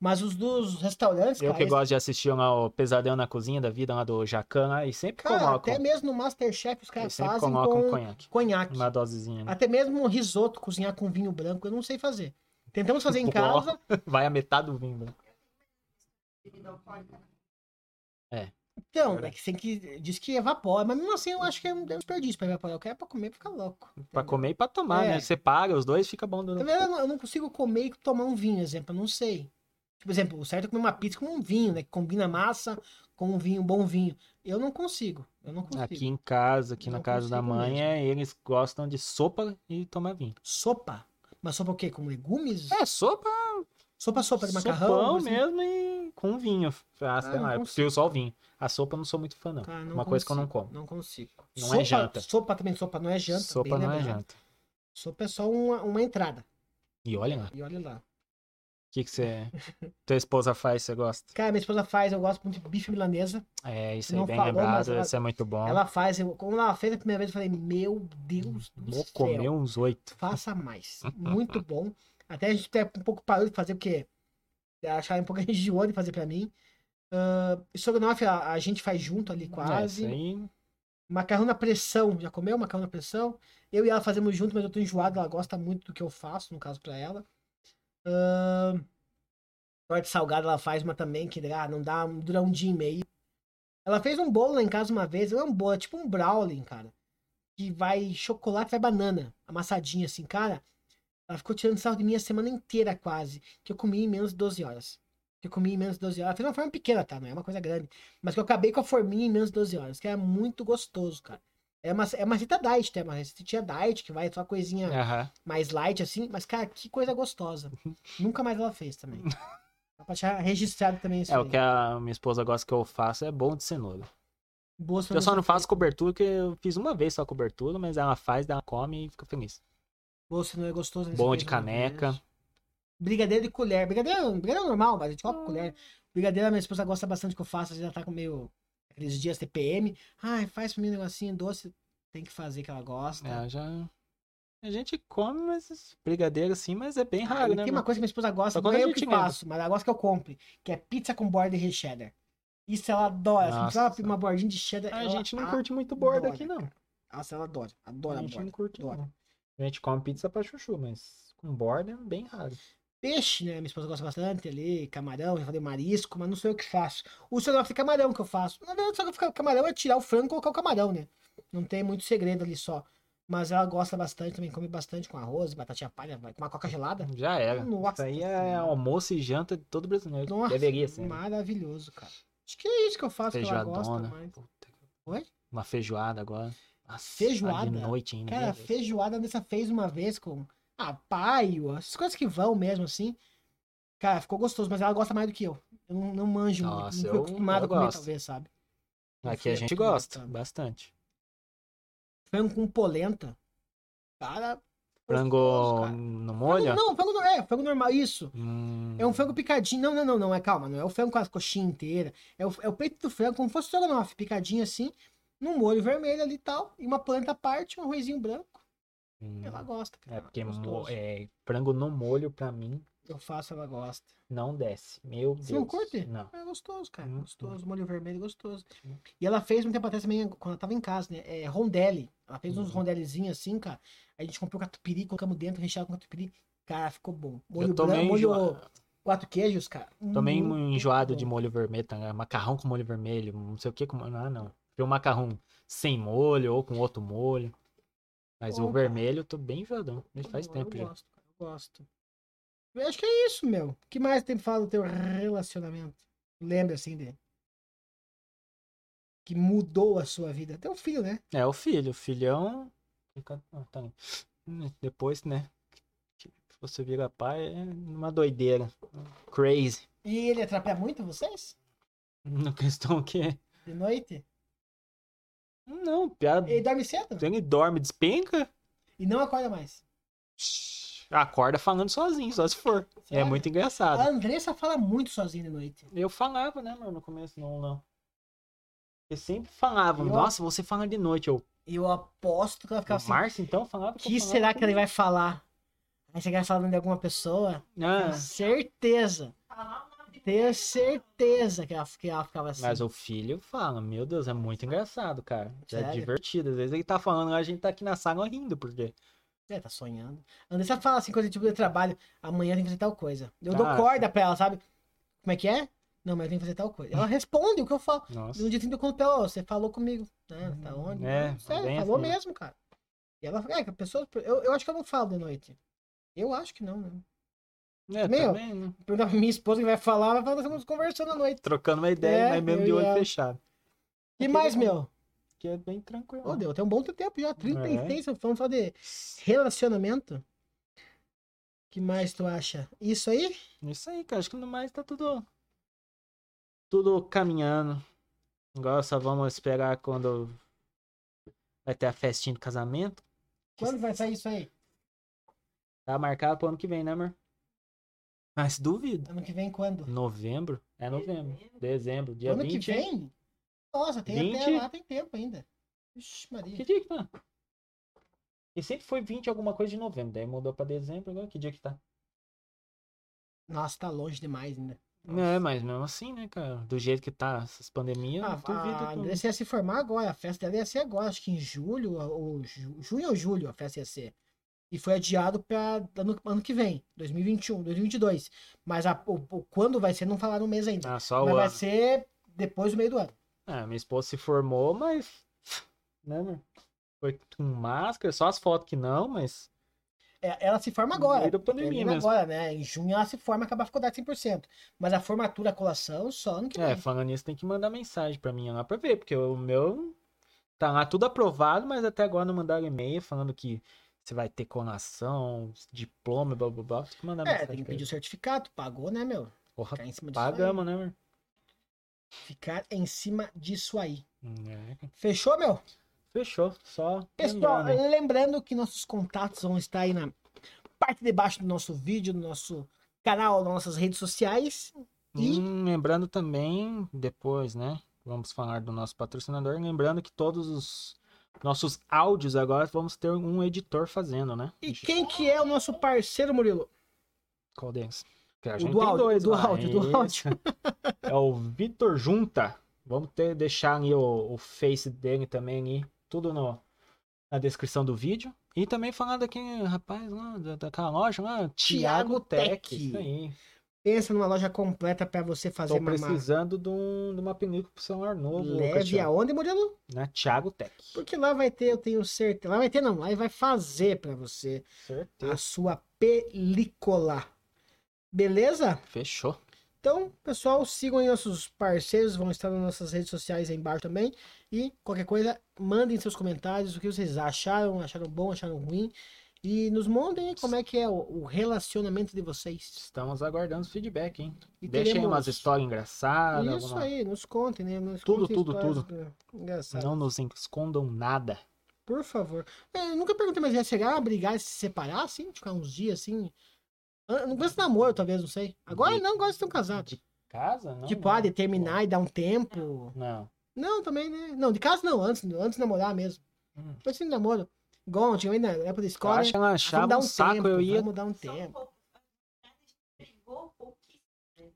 Speaker 1: Mas os dos restaurantes,
Speaker 2: Eu
Speaker 1: cara,
Speaker 2: que
Speaker 1: eles-
Speaker 2: gosto de assistir lá o Pesadão na Cozinha da Vida, lá do Jacan, lá, e sempre
Speaker 1: cara,
Speaker 2: colocam.
Speaker 1: até mesmo no Masterchef os
Speaker 2: eles
Speaker 1: caras
Speaker 2: sempre
Speaker 1: fazem
Speaker 2: colocam
Speaker 1: com
Speaker 2: conhaque.
Speaker 1: conhaque.
Speaker 2: Uma dosezinha. Né?
Speaker 1: Até mesmo um risoto cozinhar com vinho branco, eu não sei fazer. Tentamos fazer em
Speaker 2: Ó.
Speaker 1: casa.
Speaker 2: Vai a metade do vinho. né?
Speaker 3: bebida alcoólica.
Speaker 1: Então,
Speaker 2: Cara.
Speaker 1: é que tem que. Diz que evapora, mas mesmo assim eu acho que é um desperdício pra evaporar. Eu quero pra comer fica louco.
Speaker 2: Pra
Speaker 1: entendeu?
Speaker 2: comer e pra tomar,
Speaker 1: É.
Speaker 2: né? Separa os dois, fica bom.
Speaker 1: Tá
Speaker 2: Do...
Speaker 1: vendo? Eu não- eu não consigo comer e tomar um vinho, exemplo, eu não sei. Tipo, exemplo, o certo é comer uma pizza com um vinho, né? Que combina massa com um vinho, um bom vinho. Eu não consigo. Eu não consigo.
Speaker 2: Aqui em casa, aqui
Speaker 1: Não
Speaker 2: na casa da
Speaker 1: consigo
Speaker 2: mãe,
Speaker 1: mesmo.
Speaker 2: é, eles gostam de sopa e tomar vinho.
Speaker 1: Sopa. Mas sopa o quê? Com legumes?
Speaker 2: É, sopa,
Speaker 1: Sopa, sopa de macarrão?
Speaker 2: sopão
Speaker 1: assim?
Speaker 2: mesmo e com vinho. Ah, sei
Speaker 1: não
Speaker 2: lá, eu
Speaker 1: consigo.
Speaker 2: prefiro só o vinho. A sopa eu não sou muito fã, não.
Speaker 1: Cara, não
Speaker 2: Uma coisa que eu não
Speaker 1: consigo,
Speaker 2: como.
Speaker 1: Não consigo.
Speaker 2: Não é
Speaker 1: sopa,
Speaker 2: janta.
Speaker 1: Sopa também, sopa não é janta.
Speaker 2: sopa
Speaker 1: bem
Speaker 2: não é
Speaker 1: lembrado.
Speaker 2: janta.
Speaker 1: Sopa é só uma, uma entrada.
Speaker 2: E olha lá, o
Speaker 1: E olha lá.
Speaker 2: que que você... Tua esposa faz, você gosta?
Speaker 1: Cara, minha esposa faz, eu gosto muito de bife milanesa.
Speaker 2: É, isso
Speaker 1: Não
Speaker 2: aí, bem
Speaker 1: falou, mas
Speaker 2: lembrado,
Speaker 1: ela-
Speaker 2: isso é muito bom.
Speaker 1: Ela faz, eu, quando ela fez a primeira vez, eu falei, meu Deus do
Speaker 2: Vou
Speaker 1: céu.
Speaker 2: comer uns oito.
Speaker 1: Faça mais. Muito bom. Até a gente até um pouco parou de fazer, porque achava um pouco a gente de fazer pra mim. Uh, estrogonofe a, a gente faz junto ali quase. um
Speaker 2: É, isso aí,
Speaker 1: Macarrão na pressão. Já comeu macarrão na pressão? Eu e ela fazemos junto, mas eu tô enjoado. Ela gosta muito do que eu faço, no caso, pra ela. Ahn, Torta salgada ela faz, mas também que ah, não dá, dura um dia e meio. Ela fez um bolo lá em casa uma vez. Não é um bolo, é tipo um brownie, cara. Que vai chocolate, vai banana. Amassadinha assim, cara. Ela ficou tirando sarro de mim a semana inteira quase. Que eu comi em menos de 12 horas. Que eu comi em menos de 12 horas. Ela fez uma forma pequena, tá? Não é uma coisa grande. Mas que eu acabei com a forminha em menos de 12 horas, que era muito gostoso, cara. É uma, é uma receita diet, tá? É uma receitinha diet, que vai só uma coisinha
Speaker 2: aham.
Speaker 1: mais light, assim. Mas, cara, que coisa gostosa. Nunca mais ela fez também. Dá pra deixar registrado também isso
Speaker 2: É, o
Speaker 1: aí.
Speaker 2: que a minha esposa gosta que eu faço é bom de cenoura.
Speaker 1: Boas
Speaker 2: Eu só
Speaker 1: formigas-
Speaker 2: não faço cobertura, porque eu fiz uma vez só cobertura, mas ela faz, ela come e fica feliz.
Speaker 1: Boas cenouras gostosas nesse
Speaker 2: Bom
Speaker 1: mês,
Speaker 2: de
Speaker 1: né, né?
Speaker 2: caneca.
Speaker 1: Brigadeiro de colher. Brigadeiro, brigadeiro é normal, mas a gente coloca colher. Brigadeiro, a minha esposa gosta bastante que eu faço, às vezes ela tá com meio. Aqueles dias TPM. Ai, faz pra mim um negocinho doce. Tem que fazer que ela gosta.
Speaker 2: Ela já. A gente come, mas brigadeiro assim, mas é bem
Speaker 1: Ah,
Speaker 2: raro,
Speaker 1: e
Speaker 2: né?
Speaker 1: tem uma
Speaker 2: mano?
Speaker 1: coisa que minha esposa gosta,
Speaker 2: Só
Speaker 1: não
Speaker 2: quando
Speaker 1: é
Speaker 2: a
Speaker 1: eu
Speaker 2: gente
Speaker 1: que
Speaker 2: lembra.
Speaker 1: faço, mas ela gosta que eu compre, que é pizza com borda e cheddar. Isso ela adora. Se
Speaker 2: Nossa.
Speaker 1: precisar uma, uma bordinha de cheddar,
Speaker 2: A
Speaker 1: ela ah,
Speaker 2: gente não
Speaker 1: a-
Speaker 2: curte muito borda
Speaker 1: adora,
Speaker 2: aqui, não.
Speaker 1: Nossa, ela adora, adora
Speaker 2: A
Speaker 1: a
Speaker 2: gente não
Speaker 1: borda.
Speaker 2: curte,
Speaker 1: adora.
Speaker 2: não. A gente come pizza pra chuchu, mas com borda é bem raro.
Speaker 1: Peixe, né? Minha esposa gosta bastante ali, camarão, já falei marisco, mas não sou eu que faço. O estrogonofe de camarão que eu faço. Na verdade, só que o camarão é tirar o frango e colocar o camarão, né? Não tem muito segredo ali só. Mas ela gosta bastante, também come bastante com arroz, batatinha palha, vai com uma coca gelada.
Speaker 2: Já era. Isso
Speaker 1: É. Nossa
Speaker 2: aí é
Speaker 1: Senhora.
Speaker 2: almoço e janta de todo brasileiro.
Speaker 1: Nossa,
Speaker 2: Deveria ser. né?
Speaker 1: maravilhoso, cara. Acho que é isso que eu faço que ela gosta
Speaker 2: Feijoadona.
Speaker 1: mais.
Speaker 2: Puta que-
Speaker 1: Oi?
Speaker 2: Uma feijoada agora. Nossa, tá
Speaker 1: Feijoada?
Speaker 2: De noite ainda.
Speaker 1: Cara,
Speaker 2: meu
Speaker 1: a
Speaker 2: Deus.
Speaker 1: feijoada dessa fez uma vez com ah, paio, essas coisas que vão mesmo assim. Cara, ficou gostoso, mas ela gosta mais do que eu. Eu não, não manjo
Speaker 2: Nossa,
Speaker 1: muito, não
Speaker 2: eu-
Speaker 1: fui acostumado
Speaker 2: eu
Speaker 1: a comer,
Speaker 2: gosto.
Speaker 1: talvez, sabe? Não
Speaker 2: Aqui
Speaker 1: fui
Speaker 2: a gente
Speaker 1: acostumado
Speaker 2: gosta
Speaker 1: tanto.
Speaker 2: bastante.
Speaker 1: Frango com polenta. Cara. gostoso,
Speaker 2: Frango
Speaker 1: cara.
Speaker 2: no
Speaker 1: Frango-
Speaker 2: molho?
Speaker 1: Não, frango, no- é, frango normal, isso.
Speaker 2: Hum,
Speaker 1: É um frango picadinho. Não, não, não, não. É calma, não é o frango com a coxinha inteira. É o, é o peito do frango, como se fosse estrogonofe, picadinho assim, num molho vermelho ali e tal. E uma planta à parte, um arrozinho branco.
Speaker 2: hum.
Speaker 1: Ela gosta, cara.
Speaker 2: É porque mo-
Speaker 1: gostoso.
Speaker 2: é, frango no molho, pra mim,
Speaker 1: Eu faço, ela gosta.
Speaker 2: não desce. Meu
Speaker 1: Você
Speaker 2: Deus.
Speaker 1: não curte?
Speaker 2: Não.
Speaker 1: É gostoso, cara.
Speaker 2: Hum,
Speaker 1: Gostoso. Molho vermelho, gostoso.
Speaker 2: Hum.
Speaker 1: E ela fez um tempo atrás também, quando ela tava em casa, né? É, rondelli. Ela fez uns
Speaker 2: Uhum.
Speaker 1: rondelizinhos assim, cara. A gente comprou catupiry, colocamos dentro, recheado com catupiry. Cara, ficou bom. Molho
Speaker 2: eu tomei,
Speaker 1: branco, molho
Speaker 2: enjoa-
Speaker 1: quatro queijos, cara.
Speaker 2: tomei
Speaker 1: é
Speaker 2: um
Speaker 1: Muito
Speaker 2: enjoado de
Speaker 1: bom.
Speaker 2: molho vermelho, tá? macarrão com molho vermelho, não sei o que com molho. Ah, não. Tem um macarrão sem molho ou com outro molho. Mas
Speaker 1: Bom,
Speaker 2: o
Speaker 1: cara.
Speaker 2: vermelho eu tô bem enjoadão. Mas faz
Speaker 1: Tá Bom,
Speaker 2: tempo
Speaker 1: eu
Speaker 2: já.
Speaker 1: Gosto, cara, eu gosto. Eu acho que é isso, meu. O que mais tem pra falar do teu relacionamento? Lembra, assim, dele? Que mudou a sua vida. Até o filho, né?
Speaker 2: É, o filho. O filhão. Ah, tá ali. Depois, né? que Você vira pai, é uma doideira. Crazy.
Speaker 1: E ele atrapalha muito vocês?
Speaker 2: Na questão que. é,
Speaker 1: De noite?
Speaker 2: Não, piada.
Speaker 1: Ele dorme cedo?
Speaker 2: Ele dorme, despenca.
Speaker 1: E não acorda mais.
Speaker 2: Acorda falando sozinho, só se for. É
Speaker 1: Sério?
Speaker 2: muito
Speaker 1: A Ah.
Speaker 2: engraçado.
Speaker 1: Andressa fala muito sozinha de noite.
Speaker 2: Eu falava, né, mano, no começo, não, não. Eu sempre falava,
Speaker 1: Eu-
Speaker 2: nossa, você fala de noite. Eu,
Speaker 1: Eu aposto que ela ficava
Speaker 2: o
Speaker 1: assim.
Speaker 2: Márcio, então, falava
Speaker 1: O
Speaker 2: eu
Speaker 1: que
Speaker 2: falava
Speaker 1: será que ele vai falar? Aí você vai falando de alguma pessoa?
Speaker 2: Ah,
Speaker 1: Tenho certeza.
Speaker 3: Falar o nome
Speaker 1: Tenho certeza que ela, que ela ficava assim.
Speaker 2: Mas o filho fala, meu Deus, é muito engraçado, cara. É
Speaker 1: Sério?
Speaker 2: divertido. Às vezes ele tá falando, a gente tá aqui na sala rindo, porque.
Speaker 1: É, tá sonhando. A Andressa fala assim, coisa tipo de trabalho. Amanhã tem que fazer tal coisa. Eu dou
Speaker 2: Ah,
Speaker 1: corda pra ela, sabe? Como é que é? Não, mas eu tenho que fazer tal coisa. Ela responde o que eu falo.
Speaker 2: Nossa.
Speaker 1: No dia seguinte eu conto pra ela, "Ô, você falou comigo. Ah, tá onde?
Speaker 2: É,
Speaker 1: Não, sério,
Speaker 2: bem
Speaker 1: falou
Speaker 2: assim.
Speaker 1: mesmo, cara. E ela é, que a pessoa. Eu, eu acho que eu não falo de noite. Eu acho que não, né?
Speaker 2: É,
Speaker 1: Meu.
Speaker 2: também, né?
Speaker 1: Perguntar pra minha esposa que vai falar, vai falar, nós estamos conversando à noite.
Speaker 2: Trocando uma ideia,
Speaker 1: É,
Speaker 2: mas mesmo de
Speaker 1: eu e
Speaker 2: olho
Speaker 1: ela.
Speaker 2: fechado.
Speaker 1: E
Speaker 2: Aquele
Speaker 1: mais,
Speaker 2: bom.
Speaker 1: meu?
Speaker 2: Que é bem tranquilo.
Speaker 1: Ô, Deus, tem um bom tempo já.
Speaker 2: É.
Speaker 1: 36, vamos falar de relacionamento. que mais tu acha? Isso aí?
Speaker 2: Isso aí, cara. Acho que no mais tá tudo. Tudo caminhando. Agora só vamos esperar quando vai ter a festinha do casamento.
Speaker 1: Quando vai sair isso aí?
Speaker 2: Tá marcado pro ano que vem, né, amor? Mas duvido.
Speaker 1: Ano que vem quando?
Speaker 2: Novembro? É novembro. Dezembro, dia um.
Speaker 1: ano
Speaker 2: 20.
Speaker 1: que vem? Nossa, tem até
Speaker 2: 20?
Speaker 1: lá, tem tempo ainda. Ixi, Maria.
Speaker 2: Que dia que tá? E sempre foi 20 alguma coisa de novembro. Daí mudou pra dezembro. Agora que dia que tá?
Speaker 1: Nossa, tá longe demais ainda.
Speaker 2: É, mas mesmo assim, né, cara? Do jeito que tá essas pandemias,
Speaker 1: Ah,
Speaker 2: eu duvido.
Speaker 1: a
Speaker 2: que-
Speaker 1: Andressa ia se formar agora, a festa dela ia ser agora, acho que em julho, ou ju- junho ou julho a festa ia ser. E foi adiado para ano, ano que vem, 2021, 2022. Mas a- o, o- quando vai ser, não falaram o mês ainda.
Speaker 2: Ah, só o
Speaker 1: Mas vai
Speaker 2: ano.
Speaker 1: ser depois do meio do ano.
Speaker 2: Ah, minha esposa se formou, mas. Né, meu? Foi com máscara, só as fotos que não, mas.
Speaker 1: É, Ela se forma
Speaker 2: No
Speaker 1: agora.
Speaker 2: meio da pandemia
Speaker 1: termina
Speaker 2: mesmo.
Speaker 1: agora, né? Em junho ela se forma e acaba a faculdade 100%. Mas a formatura, a colação, só ano que
Speaker 2: É,
Speaker 1: vem.
Speaker 2: falando nisso, tem que mandar mensagem pra mim lá pra ver, porque o meu. Tá lá tudo aprovado, mas até agora não mandaram e-mail falando que você vai ter colação, diploma, blá blá blá. Tem que mandar
Speaker 1: É,
Speaker 2: mensagem.
Speaker 1: tem que
Speaker 2: pra
Speaker 1: pedir o
Speaker 2: eles.
Speaker 1: certificado, pagou, né, meu?
Speaker 2: Porra,
Speaker 1: Ficar em cima disso aí.
Speaker 2: pagamos, né, meu?
Speaker 1: Ficar em cima disso aí.
Speaker 2: Hum, é.
Speaker 1: Fechou, meu?
Speaker 2: Fechou, só.
Speaker 1: Pessoal,
Speaker 2: lembrando.
Speaker 1: lembrando que nossos contatos vão estar aí na parte de baixo do nosso vídeo, do nosso canal, nas nossas redes sociais. E-
Speaker 2: Hum, lembrando também, depois, né? Vamos falar do nosso patrocinador. Lembrando que todos os nossos áudios agora vamos ter um editor fazendo, né?
Speaker 1: E quem que é o nosso parceiro, Murilo?
Speaker 2: Qual deles? Porque a
Speaker 1: O
Speaker 2: gente
Speaker 1: do
Speaker 2: tem
Speaker 1: áudio,
Speaker 2: dois
Speaker 1: do
Speaker 2: lá,
Speaker 1: áudio, do
Speaker 2: isso.
Speaker 1: áudio.
Speaker 2: É o Vitor Junta. Vamos ter, deixar ali o, o face dele também ali, tudo no, na descrição do vídeo. E também falar daquele rapaz lá, da- daquela loja lá,
Speaker 1: Thiago
Speaker 2: Thiago Tech.
Speaker 1: Tech.
Speaker 2: Isso aí.
Speaker 1: Pensa numa loja completa para você fazer
Speaker 2: Tô
Speaker 1: uma
Speaker 2: precisando de, um- de uma película pro celular novo.
Speaker 1: Leve
Speaker 2: Cristiano,
Speaker 1: aonde, Murilo?
Speaker 2: né? Thiago Tech.
Speaker 1: Porque lá vai ter, eu tenho certeza. Lá vai ter, não. Lá vai fazer para você
Speaker 2: Certeza.
Speaker 1: a sua película. Beleza?
Speaker 2: Fechou.
Speaker 1: Então, pessoal, sigam aí nossos parceiros, vão estar nas nossas redes sociais aí embaixo também. E qualquer coisa, mandem seus comentários, o que vocês acharam, acharam bom, acharam ruim. E nos mandem aí como é que é o, o relacionamento de vocês.
Speaker 2: Estamos aguardando os feedback, hein?
Speaker 1: E
Speaker 2: Deixem
Speaker 1: teremos-
Speaker 2: umas histórias engraçadas.
Speaker 1: Isso
Speaker 2: alguma-
Speaker 1: aí, nos contem, né? Nos
Speaker 2: Tudo,
Speaker 1: contem
Speaker 2: tudo,
Speaker 1: histórias, né? Engraçado.
Speaker 2: Não nos escondam nada.
Speaker 1: Por favor. É, Eu nunca perguntei, mas ia chegar a brigar e se separar, assim? Ficar uns dias assim? Ah, Não pensa em namoro, talvez, não sei. Agora
Speaker 2: De-
Speaker 1: não, agora estão casados.
Speaker 2: De casa? Não.
Speaker 1: um tipo,
Speaker 2: não.
Speaker 1: ah, de terminar e dar um tempo.
Speaker 2: Não.
Speaker 1: Não, também, né? Não, de casa não, antes, antes de namorar mesmo.
Speaker 2: Hum.
Speaker 1: Depois de namoro. Igual, tinha na época da
Speaker 2: Eu
Speaker 1: escola.
Speaker 2: acho que ela
Speaker 1: ah, vamos
Speaker 2: achava
Speaker 1: dar
Speaker 2: um
Speaker 1: um
Speaker 2: saco,
Speaker 1: tempo,
Speaker 2: eu ia.
Speaker 1: Vamos dar um
Speaker 3: São
Speaker 1: tempo.
Speaker 3: poucos. A gente brigou pouquíssimo.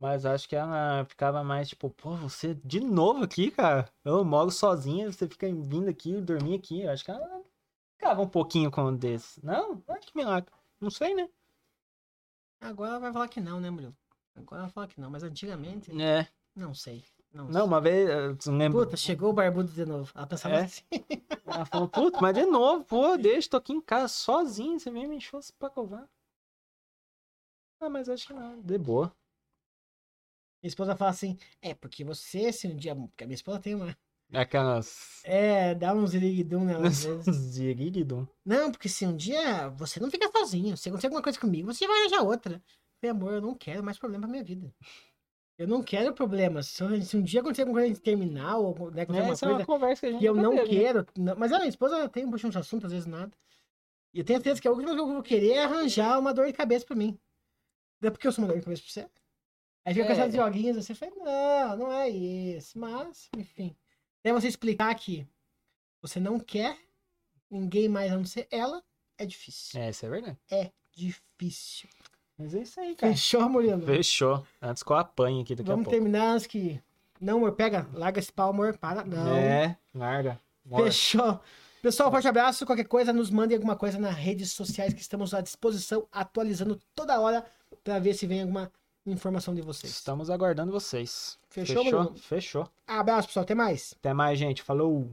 Speaker 2: Mas acho que ela ficava mais tipo, pô, você de novo aqui, cara. Eu moro sozinha, você fica vindo aqui, dormir aqui. Eu acho que ela ficava um pouquinho com um desses. Não? Ah, que milagre. Não sei, né?
Speaker 1: Agora ela vai falar que não, né, Murilo? Agora ela vai falar que não, mas antigamente,
Speaker 2: É.
Speaker 1: não sei. Não,
Speaker 2: Não,
Speaker 1: sei.
Speaker 2: uma vez. eu Lembro,
Speaker 1: Puta, chegou o barbudo de novo. Ela pensava
Speaker 2: É?
Speaker 1: assim.
Speaker 2: Ela falou, puta, mas de novo, pô, deixa, tô aqui em casa sozinho, você vem me encheu pra covar. Ah, mas acho que não, de boa.
Speaker 1: Minha esposa fala assim, é porque você, se um dia... Porque a minha esposa tem uma...
Speaker 2: Aquelas.
Speaker 1: É, dá uns irigidum nela às vezes.
Speaker 2: Zirigidum.
Speaker 1: Não, porque se um dia você não fica sozinho, se acontecer alguma coisa comigo, você vai arranjar outra. Meu amor, eu não quero mais problema pra minha vida. Eu não quero problemas. Se, eu- se um dia acontecer alguma coisa de terminar ou né, acontecer alguma
Speaker 2: Essa é uma
Speaker 1: coisa
Speaker 2: conversa que a gente
Speaker 1: que eu
Speaker 2: nunca
Speaker 1: não
Speaker 2: teve, né?
Speaker 1: quero. não- mas a minha esposa ela tem um puxão de assunto, às vezes nada. E eu tenho certeza que a última coisa que eu vou querer é arranjar uma dor de cabeça pra mim. Não é porque eu sou uma dor de cabeça pra você. Aí fica com
Speaker 2: É.
Speaker 1: essas joguinhas, você fala, não, não é isso. Mas, enfim. Daí você explicar que você não quer ninguém mais a não ser ela, é difícil.
Speaker 2: É, isso é verdade.
Speaker 1: Difícil.
Speaker 2: Mas é isso aí, cara.
Speaker 1: Fechou, Murilo?
Speaker 2: Fechou. Antes que eu apanhe aqui daqui
Speaker 1: Vamos
Speaker 2: a pouco.
Speaker 1: terminar antes que. Não, amor, pega, larga esse pau, amor, para. Não.
Speaker 2: É, larga. Bora.
Speaker 1: Fechou. Pessoal, forte abraço. Qualquer coisa, nos mandem alguma coisa nas redes sociais que estamos à disposição, atualizando toda hora para ver se vem alguma informação de vocês.
Speaker 2: Estamos aguardando vocês.
Speaker 1: Fechou,
Speaker 2: Fechou?
Speaker 1: Bruno?
Speaker 2: Fechou.
Speaker 1: Abraço, pessoal. Até mais.
Speaker 2: Até mais, gente. Falou.